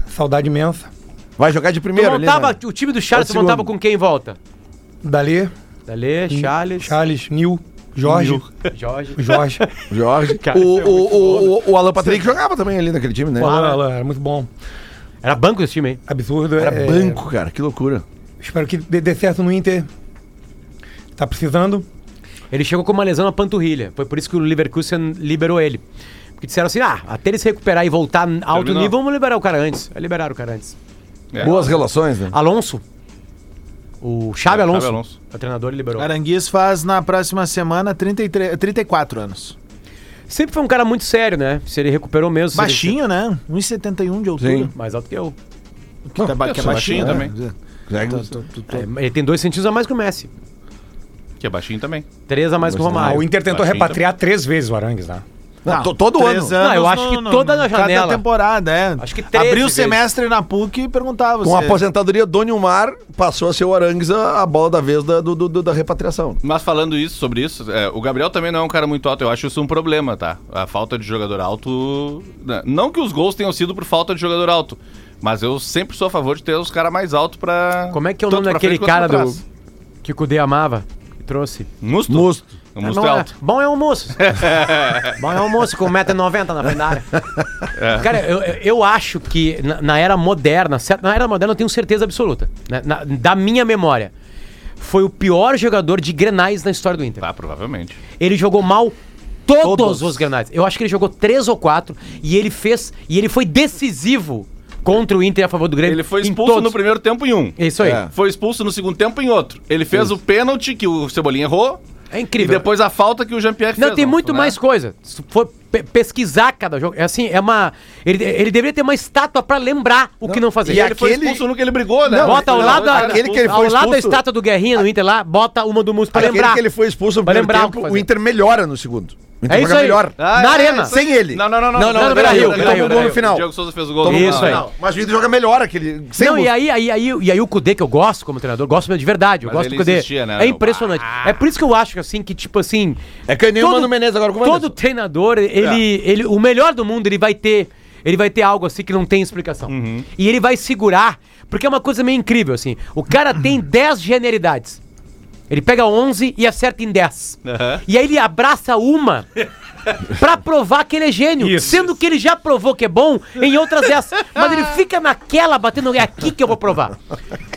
[SPEAKER 6] Saudade imensa.
[SPEAKER 4] Vai jogar de
[SPEAKER 3] Tu
[SPEAKER 4] primeiro ali,
[SPEAKER 3] montava,
[SPEAKER 4] né?
[SPEAKER 3] o time do Charles,
[SPEAKER 4] É o
[SPEAKER 3] tu montava
[SPEAKER 4] segundo. Hum.
[SPEAKER 3] com quem em volta?
[SPEAKER 6] Dali,
[SPEAKER 3] Dali, Charles,
[SPEAKER 6] Charles, Nil, Jorge.
[SPEAKER 3] Jorge.
[SPEAKER 6] Jorge.
[SPEAKER 4] Jorge.
[SPEAKER 3] Cara,
[SPEAKER 4] o,
[SPEAKER 3] isso é muito
[SPEAKER 4] o, o, o Alan Patrick jogava também ali naquele time, né?
[SPEAKER 6] O Alan, Alan, era é muito bom.
[SPEAKER 3] Era banco desse time, hein?
[SPEAKER 6] Absurdo.
[SPEAKER 4] Era
[SPEAKER 6] é-
[SPEAKER 4] banco, cara. Que loucura.
[SPEAKER 6] Espero que dê, dê certo no Inter. Tá precisando.
[SPEAKER 3] Ele chegou com uma lesão na panturrilha. Foi por isso que o Leverkusen liberou ele. Porque disseram assim: ah, até ele se recuperar e voltar a alto
[SPEAKER 5] Terminou.
[SPEAKER 3] nível, vamos liberar o cara antes. Aí liberaram o cara antes.
[SPEAKER 5] É.
[SPEAKER 4] Boas relações, né?
[SPEAKER 3] Alonso. O Xabi
[SPEAKER 5] É,
[SPEAKER 3] Alonso.
[SPEAKER 5] Xabi Alonso.
[SPEAKER 3] O treinador ele liberou.
[SPEAKER 2] Aranguiz faz na próxima semana 33, 34 anos.
[SPEAKER 3] Sempre foi um cara muito sério, né? Se ele recuperou mesmo. se ele-
[SPEAKER 2] Baixinho, né? 1,71 de altura.
[SPEAKER 4] Sim.
[SPEAKER 3] Mais alto que eu.
[SPEAKER 2] Que, tá, ba- que é
[SPEAKER 5] eu sou baixinho
[SPEAKER 2] baixinho, né?
[SPEAKER 4] Já-
[SPEAKER 2] Tô- tô- tô- tô-
[SPEAKER 3] É, ele tem dois centímetros a mais que o Messi.
[SPEAKER 5] Que é baixinho também.
[SPEAKER 3] Três a mais que o
[SPEAKER 10] Ah,
[SPEAKER 3] Romário.
[SPEAKER 10] o Inter tentou
[SPEAKER 5] Baixinho,
[SPEAKER 10] repatriar três vezes o Arangues, né?
[SPEAKER 4] Não, to- todo ano.
[SPEAKER 2] três anos
[SPEAKER 3] Não, eu acho que toda na janela.
[SPEAKER 2] Cada temporada, é.
[SPEAKER 3] Acho que 13
[SPEAKER 2] Abriu o
[SPEAKER 3] vezes.
[SPEAKER 2] semestre na PUC e perguntava.
[SPEAKER 4] Com a
[SPEAKER 2] se-
[SPEAKER 4] aposentadoria, Doniumar passou a ser o Arangues a, a bola da vez da, do- do- do- da repatriação.
[SPEAKER 5] Mas falando isso, sobre isso, é, o Gabriel também não é um cara muito alto. Eu acho isso um problema, tá? A falta de jogador alto. né? Não que os gols tenham sido por falta de jogador alto. Mas eu sempre sou a favor de ter os caras mais altos pra.
[SPEAKER 3] Como é que é o
[SPEAKER 5] tanto
[SPEAKER 3] nome
[SPEAKER 5] pra
[SPEAKER 3] daquele
[SPEAKER 5] frente quanto
[SPEAKER 3] cara
[SPEAKER 5] pra
[SPEAKER 3] do.
[SPEAKER 5] trás.
[SPEAKER 3] que o Kudê amava? Que trouxe?
[SPEAKER 5] Musto? Musto. O
[SPEAKER 3] Ah,
[SPEAKER 5] Musto
[SPEAKER 3] não
[SPEAKER 5] é
[SPEAKER 3] é.
[SPEAKER 5] alto.
[SPEAKER 3] Bom é
[SPEAKER 5] [laughs]
[SPEAKER 3] almoço. Bom é almoço com 1,90m na frente da área.
[SPEAKER 5] É.
[SPEAKER 3] Cara, eu, eu- eu acho que na, na era moderna, cer- na era moderna eu tenho certeza absoluta, né? Na- da minha memória, foi o pior jogador de grenais na história do Inter.
[SPEAKER 5] Tá, provavelmente.
[SPEAKER 3] Ele jogou mal todos,
[SPEAKER 4] Todos.
[SPEAKER 3] os grenais. Eu acho que ele jogou três ou quatro e ele fez e ele foi decisivo contra o Inter a favor do Grêmio.
[SPEAKER 5] Ele foi
[SPEAKER 3] em
[SPEAKER 5] expulso
[SPEAKER 3] todos.
[SPEAKER 5] no primeiro tempo em um.
[SPEAKER 3] É Isso aí.
[SPEAKER 4] É.
[SPEAKER 3] É,
[SPEAKER 5] Foi expulso no segundo tempo em outro. Ele fez o pênalti que o Cebolinha errou. E
[SPEAKER 3] É incrível.
[SPEAKER 5] depois a falta que o Jean-Pierre fez.
[SPEAKER 3] Não, tem
[SPEAKER 5] ontem,
[SPEAKER 3] muito
[SPEAKER 5] né?
[SPEAKER 3] mais coisa. Se for pe- pesquisar cada jogo, é assim, é uma. Ele, ele deveria ter uma estátua pra lembrar o que não fazer.
[SPEAKER 4] e
[SPEAKER 3] Ele
[SPEAKER 5] Ele foi
[SPEAKER 4] Aquele-
[SPEAKER 5] expulso no que ele brigou, né?
[SPEAKER 3] foi- bota ao
[SPEAKER 5] Ele-
[SPEAKER 3] lado, da-
[SPEAKER 4] aquele que ele
[SPEAKER 3] ao
[SPEAKER 4] foi
[SPEAKER 3] lado da
[SPEAKER 4] expulso-
[SPEAKER 3] estátua do Guerrinha no Inter lá, bota uma do Múcio pra
[SPEAKER 4] Aquele
[SPEAKER 3] lembrar.
[SPEAKER 4] que ele foi expulso no
[SPEAKER 3] Pra
[SPEAKER 4] primeiro
[SPEAKER 3] lembrar o que
[SPEAKER 4] tempo, o
[SPEAKER 3] fazer.
[SPEAKER 4] Inter melhora no segundo. O Inter
[SPEAKER 3] É isso aí.
[SPEAKER 4] melhor.
[SPEAKER 5] Ah,
[SPEAKER 3] Na
[SPEAKER 5] é,
[SPEAKER 3] arena.
[SPEAKER 5] isso aí.
[SPEAKER 4] Sem ele.
[SPEAKER 5] Não, não, não. Não,
[SPEAKER 4] Não, não,
[SPEAKER 3] no
[SPEAKER 4] não,
[SPEAKER 3] Beira-Rio,
[SPEAKER 4] Ele
[SPEAKER 3] Beira-Rio,
[SPEAKER 4] toma um gol no
[SPEAKER 3] Beira-Rio.
[SPEAKER 5] O
[SPEAKER 4] final.
[SPEAKER 5] Diego Souza fez o gol.
[SPEAKER 4] Toma um
[SPEAKER 5] no
[SPEAKER 4] gol
[SPEAKER 3] Isso
[SPEAKER 4] no
[SPEAKER 5] final.
[SPEAKER 3] aí.
[SPEAKER 4] final. Mas o Inter joga melhor aquele. Sem
[SPEAKER 3] Não, e
[SPEAKER 4] Musto.
[SPEAKER 3] aí, aí, aí, e aí o Kudê, que eu gosto como treinador, eu gosto mesmo de verdade, eu
[SPEAKER 5] Mas
[SPEAKER 3] gosto do
[SPEAKER 5] ele
[SPEAKER 3] Kudê.
[SPEAKER 5] insistia, né,
[SPEAKER 3] é
[SPEAKER 5] no-
[SPEAKER 3] impressionante. É por isso que eu acho que assim, que tipo assim,
[SPEAKER 4] É que nem o
[SPEAKER 3] Todo-
[SPEAKER 4] Mano Menezes agora é com o
[SPEAKER 3] todo
[SPEAKER 4] Anderson.
[SPEAKER 3] treinador, ele, ele, o melhor do mundo, ele vai ter, ele vai ter algo assim que não tem explicação.
[SPEAKER 4] Uhum.
[SPEAKER 3] E
[SPEAKER 4] [clears throat]
[SPEAKER 3] ele vai segurar, porque é uma coisa meio incrível assim. O cara tem 10 genialidades. Ele pega 11 e acerta em 10.
[SPEAKER 5] Aham.
[SPEAKER 3] E aí ele abraça
[SPEAKER 4] [laughs]
[SPEAKER 3] uma pra provar que ele é gênio.
[SPEAKER 10] Isso.
[SPEAKER 3] Sendo que ele já provou que é bom em outras 10. Mas ele fica naquela batendo, é aqui que eu vou provar.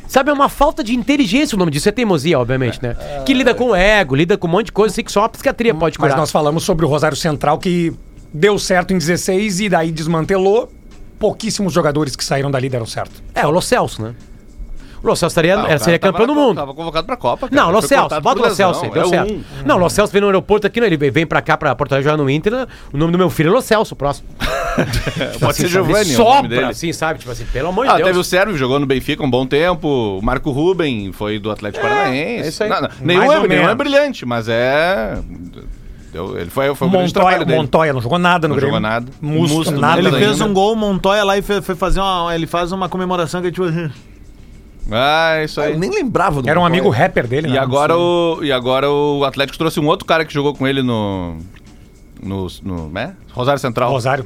[SPEAKER 3] Sabe, é uma falta de inteligência o nome disso. É teimosia, obviamente, né? Que lida com o ego, lida com um monte de coisa, assim que só a psiquiatria
[SPEAKER 5] Tipo,
[SPEAKER 3] pode
[SPEAKER 10] Mas
[SPEAKER 3] curar.
[SPEAKER 10] nós falamos sobre o Rosário Central que deu certo em 16 e daí desmantelou. Pouquíssimos jogadores que saíram dali deram certo.
[SPEAKER 3] É, o Lo Celso, né? O Lo Celso estaria,
[SPEAKER 5] Ah, o
[SPEAKER 3] era,
[SPEAKER 5] cara
[SPEAKER 3] seria
[SPEAKER 5] tava
[SPEAKER 3] é campeão do
[SPEAKER 5] co-
[SPEAKER 3] mundo.
[SPEAKER 5] Tava convocado pra Copa. cara.
[SPEAKER 3] Não, Lo
[SPEAKER 5] Foi
[SPEAKER 3] Celso,
[SPEAKER 5] cortado
[SPEAKER 3] bota o
[SPEAKER 5] por
[SPEAKER 3] Lo Celso aí,
[SPEAKER 5] lesão.
[SPEAKER 3] deu
[SPEAKER 5] É
[SPEAKER 3] certo.
[SPEAKER 5] um.
[SPEAKER 3] Não, o Lo Celso vem no aeroporto aqui, né? ele vem pra cá, pra Porto Alegre, jogar no Inter, né? o nome do meu filho é Lo Celso, o próximo.
[SPEAKER 5] Pode ser
[SPEAKER 3] Ele
[SPEAKER 5] Giovanni. é o nome
[SPEAKER 3] sopra,
[SPEAKER 5] dele.
[SPEAKER 3] assim, sabe? Tipo assim, pelo amor de
[SPEAKER 5] Ah,
[SPEAKER 3] Deus.
[SPEAKER 5] teve o Sérgio, jogou no Benfica um bom tempo. O Marco Ruben foi do Atlético Paranaense.
[SPEAKER 3] é isso aí.
[SPEAKER 5] Não, não, nenhum,
[SPEAKER 10] ou
[SPEAKER 5] é, nenhum
[SPEAKER 10] menos.
[SPEAKER 5] é brilhante, mas é. deu- Ele foi, foi um grande
[SPEAKER 10] Montoya,
[SPEAKER 5] trabalho dele.
[SPEAKER 10] Montoya não jogou nada no
[SPEAKER 5] Não
[SPEAKER 10] Grêmio.
[SPEAKER 5] jogou nada.
[SPEAKER 10] Musto,
[SPEAKER 5] Musto,
[SPEAKER 10] nada.
[SPEAKER 5] nada
[SPEAKER 2] Ele fez
[SPEAKER 5] ainda.
[SPEAKER 2] um gol, o Montoya lá e fe- foi fazer uma. Ele faz uma comemoração que é tipo. [laughs]
[SPEAKER 5] Ah, é isso aí.
[SPEAKER 4] Eu nem lembrava do
[SPEAKER 10] Era um
[SPEAKER 4] Montoya.
[SPEAKER 10] amigo rapper dele,
[SPEAKER 5] E
[SPEAKER 10] né?
[SPEAKER 5] agora, o, e agora o Atlético trouxe um outro cara que jogou com ele no. No. no né? Rosário Central.
[SPEAKER 10] Rosário.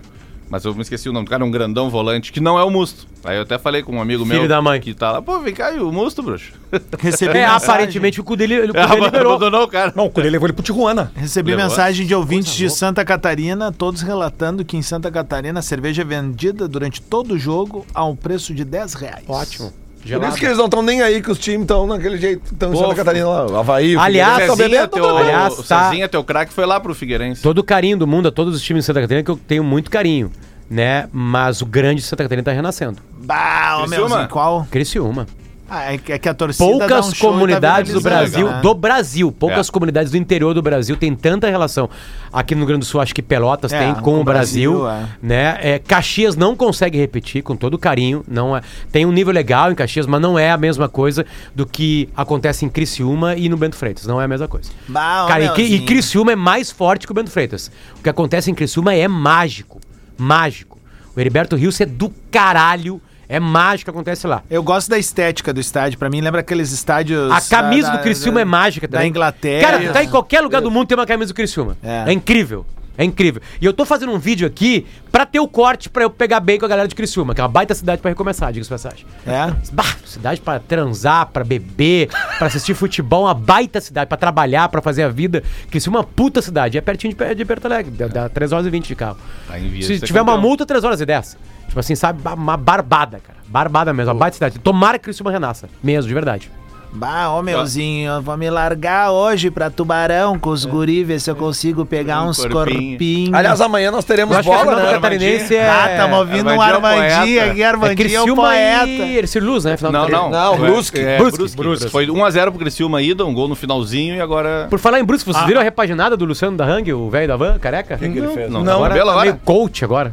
[SPEAKER 5] Mas eu me esqueci o nome do cara, é um grandão volante, que não é o Musto. Aí eu até falei com um amigo
[SPEAKER 3] Filho
[SPEAKER 5] meu
[SPEAKER 3] da mãe.
[SPEAKER 5] que tá lá, pô, vem cá, e o
[SPEAKER 3] [laughs]
[SPEAKER 5] Musto, bruxo?
[SPEAKER 2] Recebi
[SPEAKER 3] É,
[SPEAKER 2] mensagem-
[SPEAKER 3] aparentemente o cu dele,
[SPEAKER 5] É,
[SPEAKER 3] ele- o cu
[SPEAKER 5] [laughs]
[SPEAKER 3] dele liberou.
[SPEAKER 5] Abandonou o cara.
[SPEAKER 10] Não, o Cudê levou ele pro Tijuana.
[SPEAKER 2] Recebi
[SPEAKER 5] Levou.
[SPEAKER 2] mensagem de ouvintes de Santa Catarina, todos relatando que em Santa Catarina a cerveja é vendida durante todo o jogo a um preço de 10 reais.
[SPEAKER 3] Ótimo.
[SPEAKER 4] Por isso que eles não estão nem aí que os times estão naquele jeito. Estão em Santa
[SPEAKER 5] Pô,
[SPEAKER 4] Catarina lá. Havaí, o
[SPEAKER 3] Aliás, tá
[SPEAKER 4] Figueirense, tão
[SPEAKER 5] Cezinha,
[SPEAKER 4] bebendo, tão
[SPEAKER 5] teu,
[SPEAKER 4] bebendo.
[SPEAKER 3] aliás,
[SPEAKER 5] o
[SPEAKER 3] tá-
[SPEAKER 5] Cezinha, teu craque, foi lá pro Figueirense.
[SPEAKER 3] Todo o carinho do mundo a todos os times de Santa Catarina, que eu tenho muito carinho, né? Mas o grande Santa Catarina tá renascendo.
[SPEAKER 2] Bah, ô, meu,
[SPEAKER 5] Criciúma.
[SPEAKER 2] assim, qual?
[SPEAKER 3] Criciúma.
[SPEAKER 2] Ah, é que é que a torcida dá
[SPEAKER 3] Poucas
[SPEAKER 2] um show e tá
[SPEAKER 3] comunidades do
[SPEAKER 5] viralizando,
[SPEAKER 3] Brasil,
[SPEAKER 2] né?
[SPEAKER 3] do Brasil, poucas
[SPEAKER 5] É.
[SPEAKER 3] comunidades do interior do Brasil têm tanta relação. Aqui no Rio Grande do Sul, acho que Pelotas
[SPEAKER 2] É,
[SPEAKER 3] tem com, o Brasil,
[SPEAKER 2] Brasil,
[SPEAKER 3] né? É, Caxias não consegue repetir, com todo carinho. Não é, tem um nível legal em Caxias, mas não é a mesma coisa do que acontece em Criciúma e no Bento Freitas. Não é a mesma coisa.
[SPEAKER 2] Bah, ô,
[SPEAKER 3] Cara, e,
[SPEAKER 2] meu,
[SPEAKER 3] Cri- e
[SPEAKER 2] assim,
[SPEAKER 3] Criciúma é mais forte que o Bento Freitas. O que acontece em Criciúma é mágico. Mágico. O Heriberto Rios é do caralho. É mágico o que acontece lá.
[SPEAKER 2] Eu gosto da estética do estádio, pra mim lembra aqueles estádios...
[SPEAKER 3] A camisa
[SPEAKER 2] da-
[SPEAKER 3] do Criciúma
[SPEAKER 2] da-
[SPEAKER 3] é mágica
[SPEAKER 2] Da
[SPEAKER 3] também.
[SPEAKER 2] Inglaterra.
[SPEAKER 3] Cara, tu tá em qualquer lugar do mundo tem uma camisa do Criciúma.
[SPEAKER 2] É.
[SPEAKER 3] É, incrível. É incrível. E eu tô fazendo um vídeo aqui pra ter o corte pra eu pegar bem com a galera de Criciúma, que é uma baita cidade pra recomeçar, diga-se de passagem.
[SPEAKER 2] É?
[SPEAKER 3] Bah, cidade pra transar, pra beber, pra assistir futebol, uma baita cidade pra trabalhar, pra fazer a vida. Criciúma é uma puta cidade, é pertinho de, de Porto Alegre, dá, dá 3 horas e 20 de carro.
[SPEAKER 5] Tá em vias de
[SPEAKER 3] Se
[SPEAKER 5] ser
[SPEAKER 3] tiver uma
[SPEAKER 5] campeão.
[SPEAKER 3] multa, 3 horas e 10. Tipo assim, sabe, ba- uma barbada, cara. Barbada mesmo, uma baita cidade. Tomara que Criciúma renasça, mesmo, de verdade.
[SPEAKER 2] Bah, ô meuzinho, eu vou me largar hoje pra Tubarão com os guri, ver se eu consigo pegar
[SPEAKER 5] Um
[SPEAKER 2] uns
[SPEAKER 5] corpinho.
[SPEAKER 2] corpinhos.
[SPEAKER 4] Aliás, amanhã nós teremos
[SPEAKER 3] Eu acho que a
[SPEAKER 4] bola,
[SPEAKER 3] final
[SPEAKER 4] né?
[SPEAKER 3] catarinense é...
[SPEAKER 2] ah, tamo ouvindo um
[SPEAKER 5] Armandinho é um
[SPEAKER 2] Armandinho
[SPEAKER 5] poeta.
[SPEAKER 2] aqui, Armandinho é um poeta.
[SPEAKER 3] e Ercir Luz, né? Final do
[SPEAKER 5] Não,
[SPEAKER 3] treino.
[SPEAKER 5] não.
[SPEAKER 4] Não,
[SPEAKER 5] É,
[SPEAKER 4] Brusque.
[SPEAKER 5] É,
[SPEAKER 3] Brusque,
[SPEAKER 5] Brusque.
[SPEAKER 3] Brusque.
[SPEAKER 5] Foi 1x0 pro Criciúma ida, um gol no finalzinho e agora.
[SPEAKER 3] Por falar em Brusque, vocês viram a repaginada do Luciano da Hang, o velho da van, careca?
[SPEAKER 5] ele fez? Não,
[SPEAKER 3] Não, agora,
[SPEAKER 5] cabelo
[SPEAKER 3] tá
[SPEAKER 5] agora?
[SPEAKER 3] meio coach agora.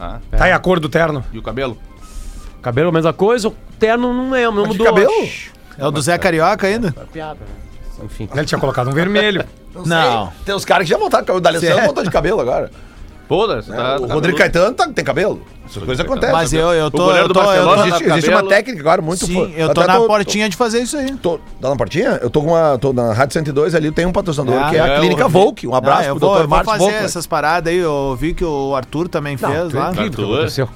[SPEAKER 5] Ah,
[SPEAKER 10] Tá aí a cor do terno.
[SPEAKER 5] e o cabelo?
[SPEAKER 3] Cabelo, mesma coisa, o terno não é, não
[SPEAKER 4] Mas que
[SPEAKER 3] mudou.
[SPEAKER 4] cabelo?
[SPEAKER 3] Shhh,
[SPEAKER 2] É o do Zé Carioca ainda?
[SPEAKER 3] Piada. né? Enfim.
[SPEAKER 10] Ele tinha colocado um
[SPEAKER 5] [laughs]
[SPEAKER 10] vermelho.
[SPEAKER 2] Não.
[SPEAKER 4] Tem uns caras que já montaram cabelo. O D'Alessandro
[SPEAKER 2] Certo.
[SPEAKER 4] montou de cabelo
[SPEAKER 3] [laughs]
[SPEAKER 4] agora.
[SPEAKER 5] Pô, você
[SPEAKER 3] Ah,
[SPEAKER 5] tá.
[SPEAKER 4] É, o Rodrigo Caetano tá- tem cabelo. Essas coisas acontecem.
[SPEAKER 2] Mas eu, eu
[SPEAKER 5] O
[SPEAKER 2] tô.
[SPEAKER 5] goleiro
[SPEAKER 2] eu
[SPEAKER 5] do
[SPEAKER 2] tô, eu
[SPEAKER 5] Barcelona
[SPEAKER 2] tô-
[SPEAKER 4] existe,
[SPEAKER 5] Cabelo.
[SPEAKER 4] existe uma técnica agora é muito
[SPEAKER 2] sim,
[SPEAKER 4] fo-
[SPEAKER 2] eu tô
[SPEAKER 4] até
[SPEAKER 2] na portinha de fazer isso aí.
[SPEAKER 4] Tô, tá na portinha? Eu tô com uma. Tô na Rádio 102 ali, tem um patrocinador
[SPEAKER 2] Ah,
[SPEAKER 4] que é a
[SPEAKER 5] é,
[SPEAKER 4] Clínica
[SPEAKER 5] eu-
[SPEAKER 4] Volk. Um
[SPEAKER 2] Ah,
[SPEAKER 4] abraço
[SPEAKER 2] eu
[SPEAKER 4] pro
[SPEAKER 2] vou,
[SPEAKER 4] Dr.
[SPEAKER 2] eu vou
[SPEAKER 4] Marcos
[SPEAKER 2] fazer
[SPEAKER 4] Volk.
[SPEAKER 2] essas paradas aí. Eu vi que o Arthur também fez lá.
[SPEAKER 3] Incrível o que
[SPEAKER 5] Arthur.
[SPEAKER 3] aconteceu.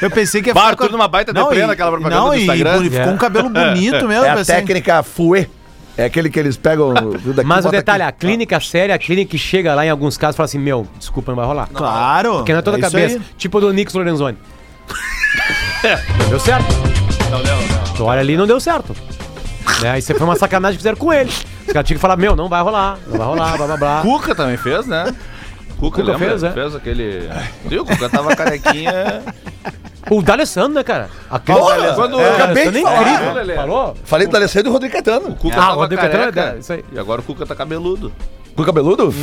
[SPEAKER 2] Eu pensei que ia
[SPEAKER 5] Bah,
[SPEAKER 2] ficar
[SPEAKER 5] Arthur
[SPEAKER 2] com-
[SPEAKER 5] numa baita
[SPEAKER 2] não,
[SPEAKER 5] deprê
[SPEAKER 2] e-
[SPEAKER 5] naquela propaganda
[SPEAKER 2] não,
[SPEAKER 5] do
[SPEAKER 2] e
[SPEAKER 5] Instagram.
[SPEAKER 2] boni- ficou um cabelo bonito mesmo. assim.
[SPEAKER 4] É a
[SPEAKER 2] pensei.
[SPEAKER 4] técnica Fouet. É aquele que
[SPEAKER 2] [laughs]
[SPEAKER 4] eles pegam. viu, daqui,
[SPEAKER 3] Mas o
[SPEAKER 4] bota
[SPEAKER 3] detalhe, a
[SPEAKER 4] aqui.
[SPEAKER 3] clínica séria, a clínica que chega lá em alguns casos e fala assim, meu, desculpa, não vai rolar.
[SPEAKER 2] Claro.
[SPEAKER 3] Porque não é toda a
[SPEAKER 2] isso
[SPEAKER 3] cabeça.
[SPEAKER 2] aí.
[SPEAKER 3] Tipo o do Nix Lorenzoni. [laughs] É, deu certo?
[SPEAKER 5] Não, não, não.
[SPEAKER 3] Tu olha ali e não deu certo. né? Isso foi uma sacanagem que fizeram com ele. Os caras tinham que falar, meu, não vai rolar, não vai rolar, blá blá blá.
[SPEAKER 5] Cuca também fez, né? Cuca, lembra?
[SPEAKER 3] fez, é.
[SPEAKER 5] aquele. Viu? O Cuca
[SPEAKER 3] [laughs]
[SPEAKER 5] tava carequinha.
[SPEAKER 3] O D'Alessandro, né, cara? Aquele
[SPEAKER 4] Porra,
[SPEAKER 5] quando-
[SPEAKER 3] é,
[SPEAKER 5] eu
[SPEAKER 4] acabei
[SPEAKER 3] D'Alessandro
[SPEAKER 4] de
[SPEAKER 3] é
[SPEAKER 4] falar.
[SPEAKER 5] Ô, Lelê.
[SPEAKER 3] incrível. Falou?
[SPEAKER 4] Falei do D'Alessandro e do Rodrigo Caetano.
[SPEAKER 5] Cuca
[SPEAKER 3] Ah, o
[SPEAKER 5] tava
[SPEAKER 3] Rodrigo Caetano
[SPEAKER 5] careca.
[SPEAKER 3] é- isso aí.
[SPEAKER 5] E agora o Cuca tá cabeludo.
[SPEAKER 4] Com o cabeludo?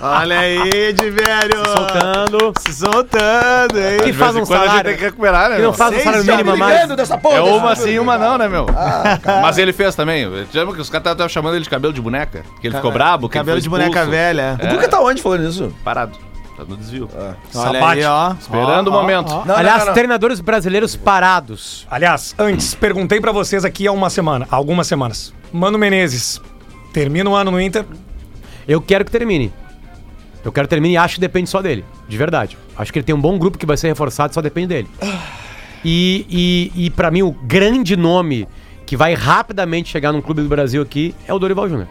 [SPEAKER 2] Olha aí, de velho.
[SPEAKER 3] Soltando.
[SPEAKER 2] Se soltando,
[SPEAKER 3] Que
[SPEAKER 2] hein?
[SPEAKER 3] faz um salário.
[SPEAKER 5] tem que recuperar, né?
[SPEAKER 3] Que não
[SPEAKER 5] meu?
[SPEAKER 3] faz um
[SPEAKER 2] Seis
[SPEAKER 3] salário
[SPEAKER 10] Tá
[SPEAKER 2] já me
[SPEAKER 3] mínimo a mais.
[SPEAKER 4] ligando dessa porra.
[SPEAKER 5] É uma sim, uma não, né, meu? [laughs] Mas ele fez também. Lembra que os caras estavam chamando ele de cabelo de boneca? Que ele ficou brabo. que ele
[SPEAKER 2] Cabelo
[SPEAKER 5] foi
[SPEAKER 2] de boneca
[SPEAKER 5] expulso.
[SPEAKER 2] velha.
[SPEAKER 4] O Cuca tá onde falando isso?
[SPEAKER 5] Parado. Tá no desvio.
[SPEAKER 2] Olha aí, ó.
[SPEAKER 5] Esperando o momento.
[SPEAKER 4] Não,
[SPEAKER 3] Aliás,
[SPEAKER 4] não, não, não.
[SPEAKER 3] treinadores brasileiros parados.
[SPEAKER 10] Aliás, antes, perguntei pra vocês aqui há uma semana, há algumas semanas. Mano Menezes, termina o ano no Inter,
[SPEAKER 3] Eu quero que termine. Eu quero que termine e acho que depende só dele. De verdade. Acho que ele tem um bom grupo que vai ser reforçado, só depende dele. E, e, e para mim, o grande nome que vai rapidamente chegar num clube do Brasil aqui é o Dorival Júnior.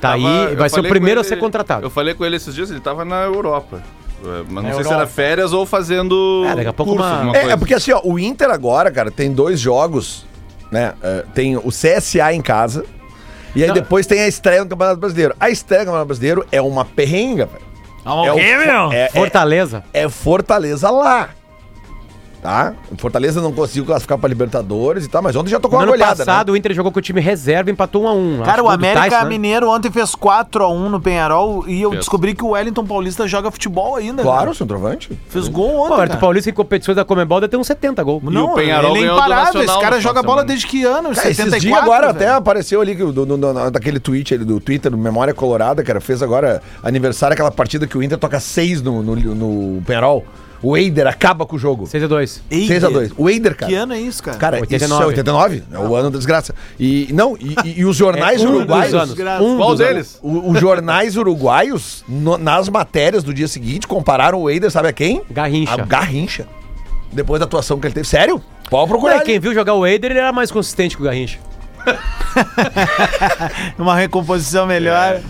[SPEAKER 3] Tá
[SPEAKER 5] Tava-
[SPEAKER 3] aí,
[SPEAKER 5] eu
[SPEAKER 3] vai ser o
[SPEAKER 5] falei
[SPEAKER 3] primeiro
[SPEAKER 5] com
[SPEAKER 3] a ser
[SPEAKER 5] ele-
[SPEAKER 3] contratado.
[SPEAKER 5] Eu falei com ele esses dias, ele tava na Europa. É, Mas não sei se era férias ou fazendo.
[SPEAKER 3] É, daqui a pouco uma-
[SPEAKER 5] alguma
[SPEAKER 4] É,
[SPEAKER 5] coisa.
[SPEAKER 4] é porque assim, ó, o Inter agora, cara, tem dois jogos, né? É, tem o CSA em casa e aí depois tem a estreia no Campeonato Brasileiro. A estreia no Campeonato Brasileiro é uma perrenga, velho. É o
[SPEAKER 6] quê,
[SPEAKER 4] fo-
[SPEAKER 6] meu?
[SPEAKER 4] É, é,
[SPEAKER 3] Fortaleza.
[SPEAKER 4] é Fortaleza lá. Tá? O Fortaleza não conseguiu classificar pra Libertadores e tal, mas ontem já tocou
[SPEAKER 3] No
[SPEAKER 4] uma né?
[SPEAKER 3] ano
[SPEAKER 4] olhada.
[SPEAKER 3] passado, né? o Inter jogou com o time reserva e empatou 1 a 1
[SPEAKER 2] né? Cara, o América
[SPEAKER 3] né?
[SPEAKER 2] Mineiro ontem fez 4x1 no Penharol e eu descobri que o Wellington Paulista joga futebol ainda.
[SPEAKER 4] Claro,
[SPEAKER 2] cara.
[SPEAKER 4] centroavante.
[SPEAKER 2] Fez gol
[SPEAKER 3] Pô, o
[SPEAKER 2] ontem.
[SPEAKER 3] Arthur
[SPEAKER 2] Cara.
[SPEAKER 3] Paulista em competições da Comembol deve ter uns 70 gols.
[SPEAKER 5] E o Penharol
[SPEAKER 2] ele é
[SPEAKER 5] ganhou do
[SPEAKER 2] imparável. Esse
[SPEAKER 5] Nacional
[SPEAKER 2] cara
[SPEAKER 5] no
[SPEAKER 2] joga
[SPEAKER 5] final de
[SPEAKER 2] bola
[SPEAKER 5] semana.
[SPEAKER 2] desde que ano?
[SPEAKER 4] Cara,
[SPEAKER 2] 74,
[SPEAKER 4] É, esses dias agora
[SPEAKER 2] velho?
[SPEAKER 4] até apareceu ali que do, do, do- daquele tweet ali do Twitter, do Memória Colorada, cara, fez agora aniversário aquela partida que o Inter toca 6 no, no, no Penarol. O Eider acaba com o jogo.
[SPEAKER 3] 6 a 2
[SPEAKER 2] Eider.
[SPEAKER 4] 6 a 2 O Eider, cara.
[SPEAKER 2] Que ano é isso, cara?
[SPEAKER 4] Cara,
[SPEAKER 3] 89.
[SPEAKER 4] isso é 89, é o ano da desgraça. E não, e, e- e os jornais
[SPEAKER 3] um dos
[SPEAKER 4] uruguaios,
[SPEAKER 3] anos.
[SPEAKER 2] Um
[SPEAKER 5] Qual
[SPEAKER 3] dos anos.
[SPEAKER 5] deles?
[SPEAKER 4] o- os jornais uruguaios no- nas matérias do dia seguinte compararam o Eider, sabe a quem?
[SPEAKER 3] Garrincha.
[SPEAKER 4] A Garrincha. Depois da atuação que ele teve, sério? Pode procurar.
[SPEAKER 3] Ué,
[SPEAKER 4] ali.
[SPEAKER 3] é quem viu jogar o Eider, ele era mais consistente que o Garrincha.
[SPEAKER 2] Uma recomposição melhor.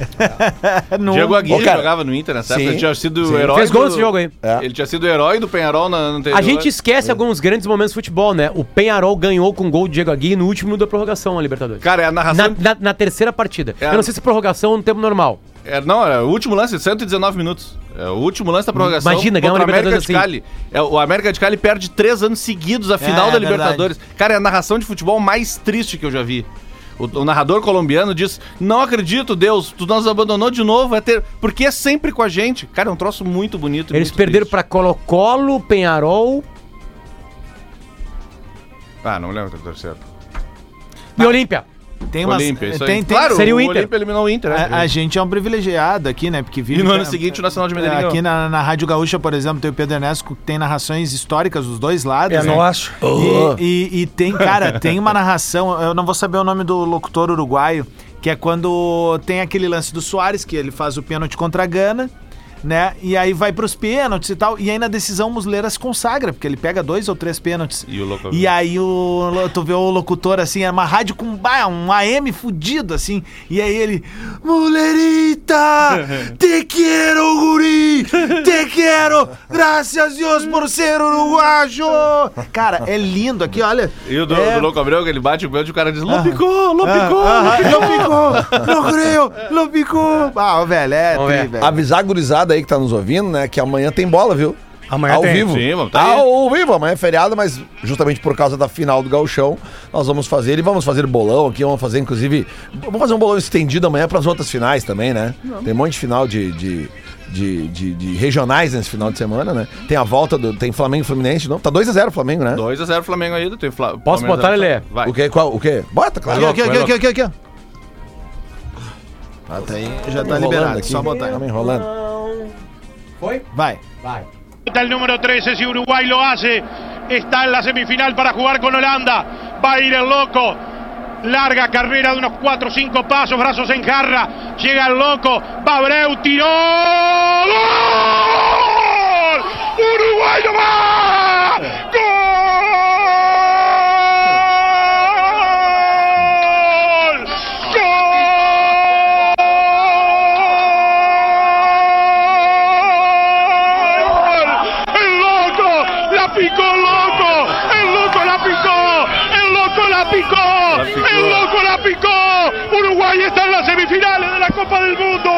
[SPEAKER 2] [laughs] Não.
[SPEAKER 5] É. Diego Aguirre
[SPEAKER 4] Ô, cara,
[SPEAKER 5] jogava no Inter nessa época.
[SPEAKER 4] sim,
[SPEAKER 5] Ele tinha sido
[SPEAKER 4] sim.
[SPEAKER 5] o herói.
[SPEAKER 3] Fez gol
[SPEAKER 5] do-
[SPEAKER 3] nesse jogo aí.
[SPEAKER 4] É.
[SPEAKER 5] Ele tinha sido o herói do Penharol na no anterior. é
[SPEAKER 3] A gente esquece alguns grandes momentos do futebol, né? O Penharol ganhou com o gol do Diego Aguirre no último da prorrogação, a Libertadores.
[SPEAKER 5] Cara, é a
[SPEAKER 3] na,
[SPEAKER 5] narração.
[SPEAKER 3] na- na terceira partida.
[SPEAKER 5] É.
[SPEAKER 3] Eu não sei se prorrogação ou no tempo normal.
[SPEAKER 5] É, não, é o último lance, 119 minutos. É o último lance da
[SPEAKER 2] Hum,
[SPEAKER 5] prorrogação.
[SPEAKER 3] Imagina, ganhar
[SPEAKER 5] ganhou
[SPEAKER 3] uma
[SPEAKER 5] o América
[SPEAKER 3] Libertadores
[SPEAKER 5] de Cali. É, o América de Cali perde três anos seguidos a
[SPEAKER 2] assim.
[SPEAKER 5] final
[SPEAKER 2] é
[SPEAKER 5] da
[SPEAKER 2] verdade.
[SPEAKER 5] Libertadores. Cara, é a narração de futebol mais triste que eu já vi. O, o narrador colombiano diz: Não acredito, Deus, tu nos abandonou de novo. É ter... Porque é sempre com a gente. Cara, é um troço muito bonito. e
[SPEAKER 3] Eles
[SPEAKER 5] muito
[SPEAKER 3] perderam
[SPEAKER 5] triste.
[SPEAKER 3] pra Colo-Colo, Penharol
[SPEAKER 5] Ah, não lembro o terceiro.
[SPEAKER 3] e Olímpia.
[SPEAKER 2] Tem umas...
[SPEAKER 5] Olímpia, isso aí.
[SPEAKER 2] tem, tem...
[SPEAKER 5] claro,
[SPEAKER 3] seria o
[SPEAKER 5] o
[SPEAKER 3] Inter.
[SPEAKER 5] Olímpia eliminou o Inter. né?
[SPEAKER 2] A, a gente é um privilegiado aqui, né? Porque vive
[SPEAKER 5] E no ano seguinte o é Nacional de Medellín.
[SPEAKER 2] Aqui
[SPEAKER 5] ganhou.
[SPEAKER 2] na, na Rádio Gaúcha, por exemplo, tem o Pedro Ernesto que tem narrações históricas dos dois lados.
[SPEAKER 10] É
[SPEAKER 2] né?
[SPEAKER 10] nosso.
[SPEAKER 2] E, e- e tem, cara, tem uma narração, eu não vou saber o nome do locutor uruguaio, que é quando tem aquele lance do Soares, que ele faz o pênalti contra a Gana, né? E aí vai pros pênaltis e tal. E aí na decisão Muslera se consagra, porque ele pega dois ou três pênaltis.
[SPEAKER 5] E o louco-
[SPEAKER 2] E aí o, lo- tu vê o locutor assim, é uma rádio com bah, um AM fudido, assim. E aí ele.
[SPEAKER 5] [laughs]
[SPEAKER 2] Mulherita! Te quero, guri! Te quero! Graças a Deus por ser uruguaio! Cara, é lindo aqui, olha.
[SPEAKER 5] E o do,
[SPEAKER 2] é...
[SPEAKER 5] do Louco Abreu, que ele bate o pênalti e o cara diz: Lopicô,
[SPEAKER 2] Ah,
[SPEAKER 5] Lopicô.
[SPEAKER 2] ah, Lopicô! Lopicô! Lopicô! Ah, ô, velho, é
[SPEAKER 3] Vamos
[SPEAKER 2] tri,
[SPEAKER 3] ver.
[SPEAKER 2] velho.
[SPEAKER 4] Avisar a gurizada aí que tá nos ouvindo, né? Que amanhã tem bola, viu?
[SPEAKER 10] Amanhã
[SPEAKER 4] Ao
[SPEAKER 10] tem.
[SPEAKER 4] vivo.
[SPEAKER 5] Sim, vamos, tá aí.
[SPEAKER 4] Ao vivo, amanhã é feriado, mas justamente por causa da final do Gauchão, nós vamos fazer e vamos fazer bolão aqui, vamos fazer inclusive, vamos fazer um bolão estendido amanhã pras outras finais também, né? Tem um monte de final de, de, de, de- de regionais nesse final de semana, né? Tem a volta do, tem Flamengo e Fluminense, não? Tá 2x0 Flamengo, né?
[SPEAKER 5] 2x0 Flamengo ainda. Tem Fla...
[SPEAKER 3] Posso
[SPEAKER 5] Palmeiras
[SPEAKER 3] botar,
[SPEAKER 5] zero,
[SPEAKER 3] Lelê?
[SPEAKER 5] Vai.
[SPEAKER 4] O que, qual, o que? Bota, claro.
[SPEAKER 2] Aqui, aqui, aqui, aqui, aqui, aqui.
[SPEAKER 4] Bota aí.
[SPEAKER 2] Já tá
[SPEAKER 4] Enrolando
[SPEAKER 2] liberado,
[SPEAKER 4] aqui.
[SPEAKER 2] só botar.
[SPEAKER 4] Tá me enrolando.
[SPEAKER 2] Vai.
[SPEAKER 11] El número 13, si Uruguay lo hace, está en la semifinal para jugar con Holanda. Va a ir el loco. Larga carrera de unos 4 o 5 pasos, brazos en jarra. Llega el loco. Va Abreu, tiró. ¡Gol! ¡Uruguay lo va! ¡Gol! ¡Gol! ¡El loco! ¡La picó loco! ¡El loco la picó! ¡El loco la picó! ¡El loco la picó! Uruguay está en las semifinales de la Copa del Mundo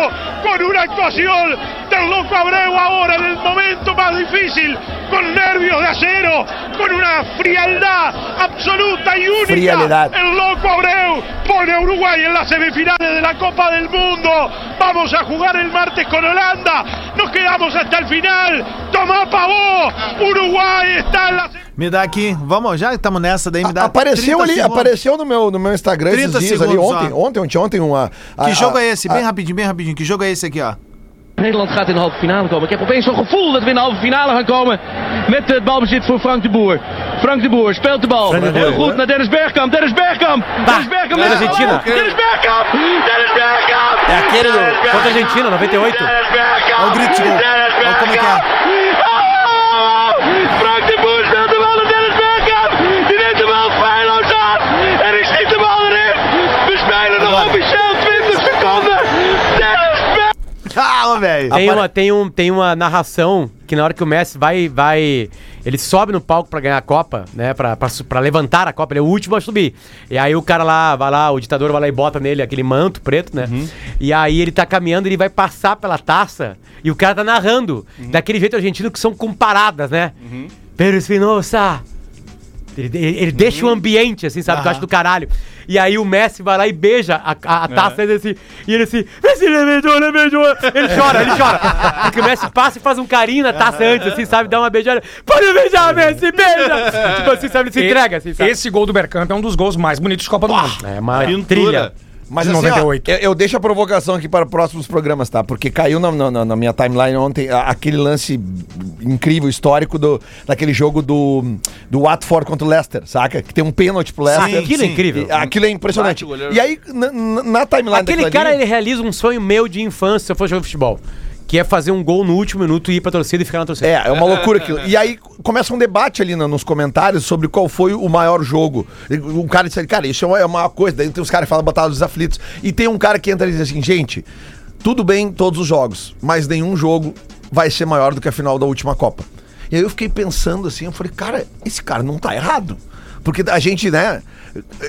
[SPEAKER 11] con una actuación del loco Abreu ahora en el momento más difícil, con nervios de acero, con una frialdad absoluta y única.
[SPEAKER 4] Frialdad.
[SPEAKER 11] El loco Abreu pone a Uruguay en las semifinales de la Copa del Mundo. Vamos a jugar el martes con Holanda. Nos quedamos hasta el final. Tomá pavó. Uruguay está en la
[SPEAKER 2] Me dá aqui. Vamos, já estamos nessa daí, me dá.
[SPEAKER 4] A- apareceu
[SPEAKER 2] 30
[SPEAKER 4] ali,
[SPEAKER 2] segundos.
[SPEAKER 4] apareceu no meu, no meu Instagram
[SPEAKER 2] 30
[SPEAKER 4] esses dias ali
[SPEAKER 2] segundos,
[SPEAKER 4] ontem,
[SPEAKER 2] ó.
[SPEAKER 4] ontem, ontem, ontem, uma.
[SPEAKER 2] Que jogo é esse? Bem rapidinho, bem rapidinho. Que jogo é esse aqui, ó?
[SPEAKER 11] Nederland gaat in de halve finale komen. Ik heb opeens zo'n gevoel dat we in de halve finale gaan komen. Met het balbezit voor Frank de Boer. Frank de Boer speelt de bal. Heel goed naar Dennis Bergkamp. Dennis Bergkamp. Dennis Bergkamp. met de
[SPEAKER 3] Argentina.
[SPEAKER 11] bal. Dennis Bergkamp. Dennis Bergkamp.
[SPEAKER 3] É aquele do-
[SPEAKER 11] Dennis
[SPEAKER 3] contra a Argentina, 98.
[SPEAKER 11] Dennis Bergkamp.
[SPEAKER 2] Olha o grito de gol.
[SPEAKER 11] Dennis
[SPEAKER 2] Olha como é que é.
[SPEAKER 11] Bergkamp. Ah! Frank de Boer speelt de bal naar Dennis Bergkamp. Die neemt de bal feilloos aan. En ik schiet
[SPEAKER 2] Ô, velho.
[SPEAKER 3] Tem, uma, tem, um, tem uma narração que na hora que o Messi vai. vai ele sobe no palco pra ganhar a Copa, né? Pra, pra, su- pra levantar a Copa, ele é o último a subir. E aí o cara lá, vai lá, o ditador vai lá e bota nele aquele manto preto, né? E aí ele tá caminhando, ele vai passar pela taça e o cara tá narrando. Daquele jeito argentino que são comparadas, né? Pedro Espinosa! Ele, ele- ele deixa o ambiente, assim, sabe? Tu acha do caralho. E aí o Messi vai lá e beija a, a- a taça e ele assim. E ele assim. "Messi, me beijou, me beijou." Ele chora, ele chora. Porque o Messi passa e faz um carinho na taça antes, assim, sabe? Dá uma beijada. Pode beijar, Messi, beija! tipo assim, sabe? Ele se entrega, assim, sabe?
[SPEAKER 10] Esse gol do Bergkamp é um dos gols mais bonitos de Copa do Mundo.
[SPEAKER 3] É uma
[SPEAKER 5] Pintura.
[SPEAKER 3] trilha.
[SPEAKER 4] Mas
[SPEAKER 10] De
[SPEAKER 4] assim, ó,
[SPEAKER 10] 98.
[SPEAKER 4] eu, eu deixo a provocação aqui para próximos programas, tá? Porque caiu na, na- na minha timeline ontem a- aquele lance incrível, histórico, do, daquele jogo do, do Watford contra o Leicester, saca? Que tem um pênalti pro Leicester.
[SPEAKER 3] Aquilo é incrível.
[SPEAKER 4] E- Aquilo é impressionante.
[SPEAKER 5] Bate o goleiro.
[SPEAKER 4] E aí, na, na- na timeline
[SPEAKER 3] Aquele
[SPEAKER 4] daquilo
[SPEAKER 3] cara,
[SPEAKER 4] ali-
[SPEAKER 3] ele realiza um sonho meu de infância se eu fosse jogar futebol. Que é fazer um gol no último minuto e ir pra torcida e ficar na torcida.
[SPEAKER 4] É, é uma loucura aquilo. E aí começa um debate ali na- nos comentários sobre qual foi o maior jogo. E Um cara disse, cara, isso é uma- é uma coisa. Daí tem os caras que falam batalha dos aflitos. E tem um cara que entra e diz assim, gente, tudo bem todos os jogos, mas nenhum jogo vai ser maior do que a final da última Copa. E aí eu fiquei pensando assim, eu falei, cara, esse cara não tá errado. Porque a gente, né?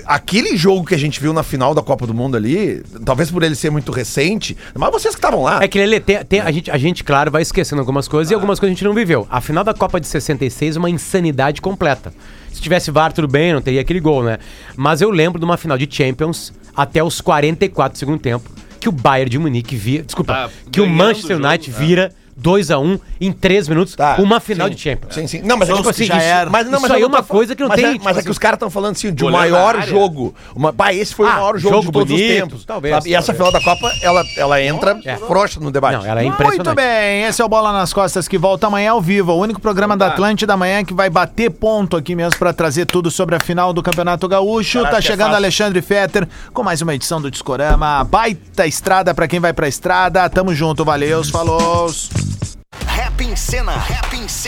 [SPEAKER 4] Aquele jogo que a gente viu na final da Copa do Mundo ali, talvez por ele ser muito recente, mas vocês que estavam lá.
[SPEAKER 3] É que Lelê, tem, tem- a, gente, a gente, claro, vai esquecendo algumas coisas e algumas coisas a gente não viveu. A final da Copa de 66 é uma insanidade completa. Se tivesse VAR, tudo bem, não teria aquele gol, né? Mas eu lembro de uma final de Champions até os 44 do segundo tempo que o Bayern de Munique vira. Desculpa,
[SPEAKER 5] Tá
[SPEAKER 3] que o
[SPEAKER 5] ganhando
[SPEAKER 3] Manchester
[SPEAKER 5] o jogo,
[SPEAKER 3] United
[SPEAKER 5] é.
[SPEAKER 3] vira 2 a 1 em 3 minutos,
[SPEAKER 4] Tá,
[SPEAKER 3] uma final
[SPEAKER 4] sim,
[SPEAKER 3] de Champions.
[SPEAKER 4] Sim, sim. Não, mas é
[SPEAKER 3] Então,
[SPEAKER 4] que,
[SPEAKER 3] assim,
[SPEAKER 4] tipo assim,
[SPEAKER 3] já
[SPEAKER 4] isso-
[SPEAKER 3] era.
[SPEAKER 4] Mas, não,
[SPEAKER 3] Isso
[SPEAKER 4] mas
[SPEAKER 3] aí
[SPEAKER 4] eu
[SPEAKER 3] é uma
[SPEAKER 4] fa-
[SPEAKER 3] coisa que não
[SPEAKER 4] mas
[SPEAKER 3] tem,
[SPEAKER 4] É,
[SPEAKER 3] tipo
[SPEAKER 4] mas é
[SPEAKER 3] assim-
[SPEAKER 4] que os caras estão falando assim, de um
[SPEAKER 5] Goleiro na
[SPEAKER 4] maior
[SPEAKER 5] área.
[SPEAKER 4] jogo. Uma, bah, esse foi
[SPEAKER 3] Ah,
[SPEAKER 4] o maior jogo,
[SPEAKER 3] jogo
[SPEAKER 4] de todos
[SPEAKER 3] bonito,
[SPEAKER 4] os tempos.
[SPEAKER 3] talvez,
[SPEAKER 4] sabe? E essa final da Copa, ela, ela entra frouxa no debate.
[SPEAKER 3] Não, ela é
[SPEAKER 2] Muito
[SPEAKER 3] impressionante.
[SPEAKER 2] bem, esse é o Bola nas Costas que volta amanhã ao vivo. O único programa da Atlântida amanhã que vai bater ponto aqui mesmo pra trazer tudo sobre a final do Campeonato Gaúcho. tá chegando Alexandre Fetter com mais uma edição do Discorama. Baita estrada pra quem vai pra estrada. Tamo junto, valeu, falou.
[SPEAKER 9] Rap em cena, rap em cena.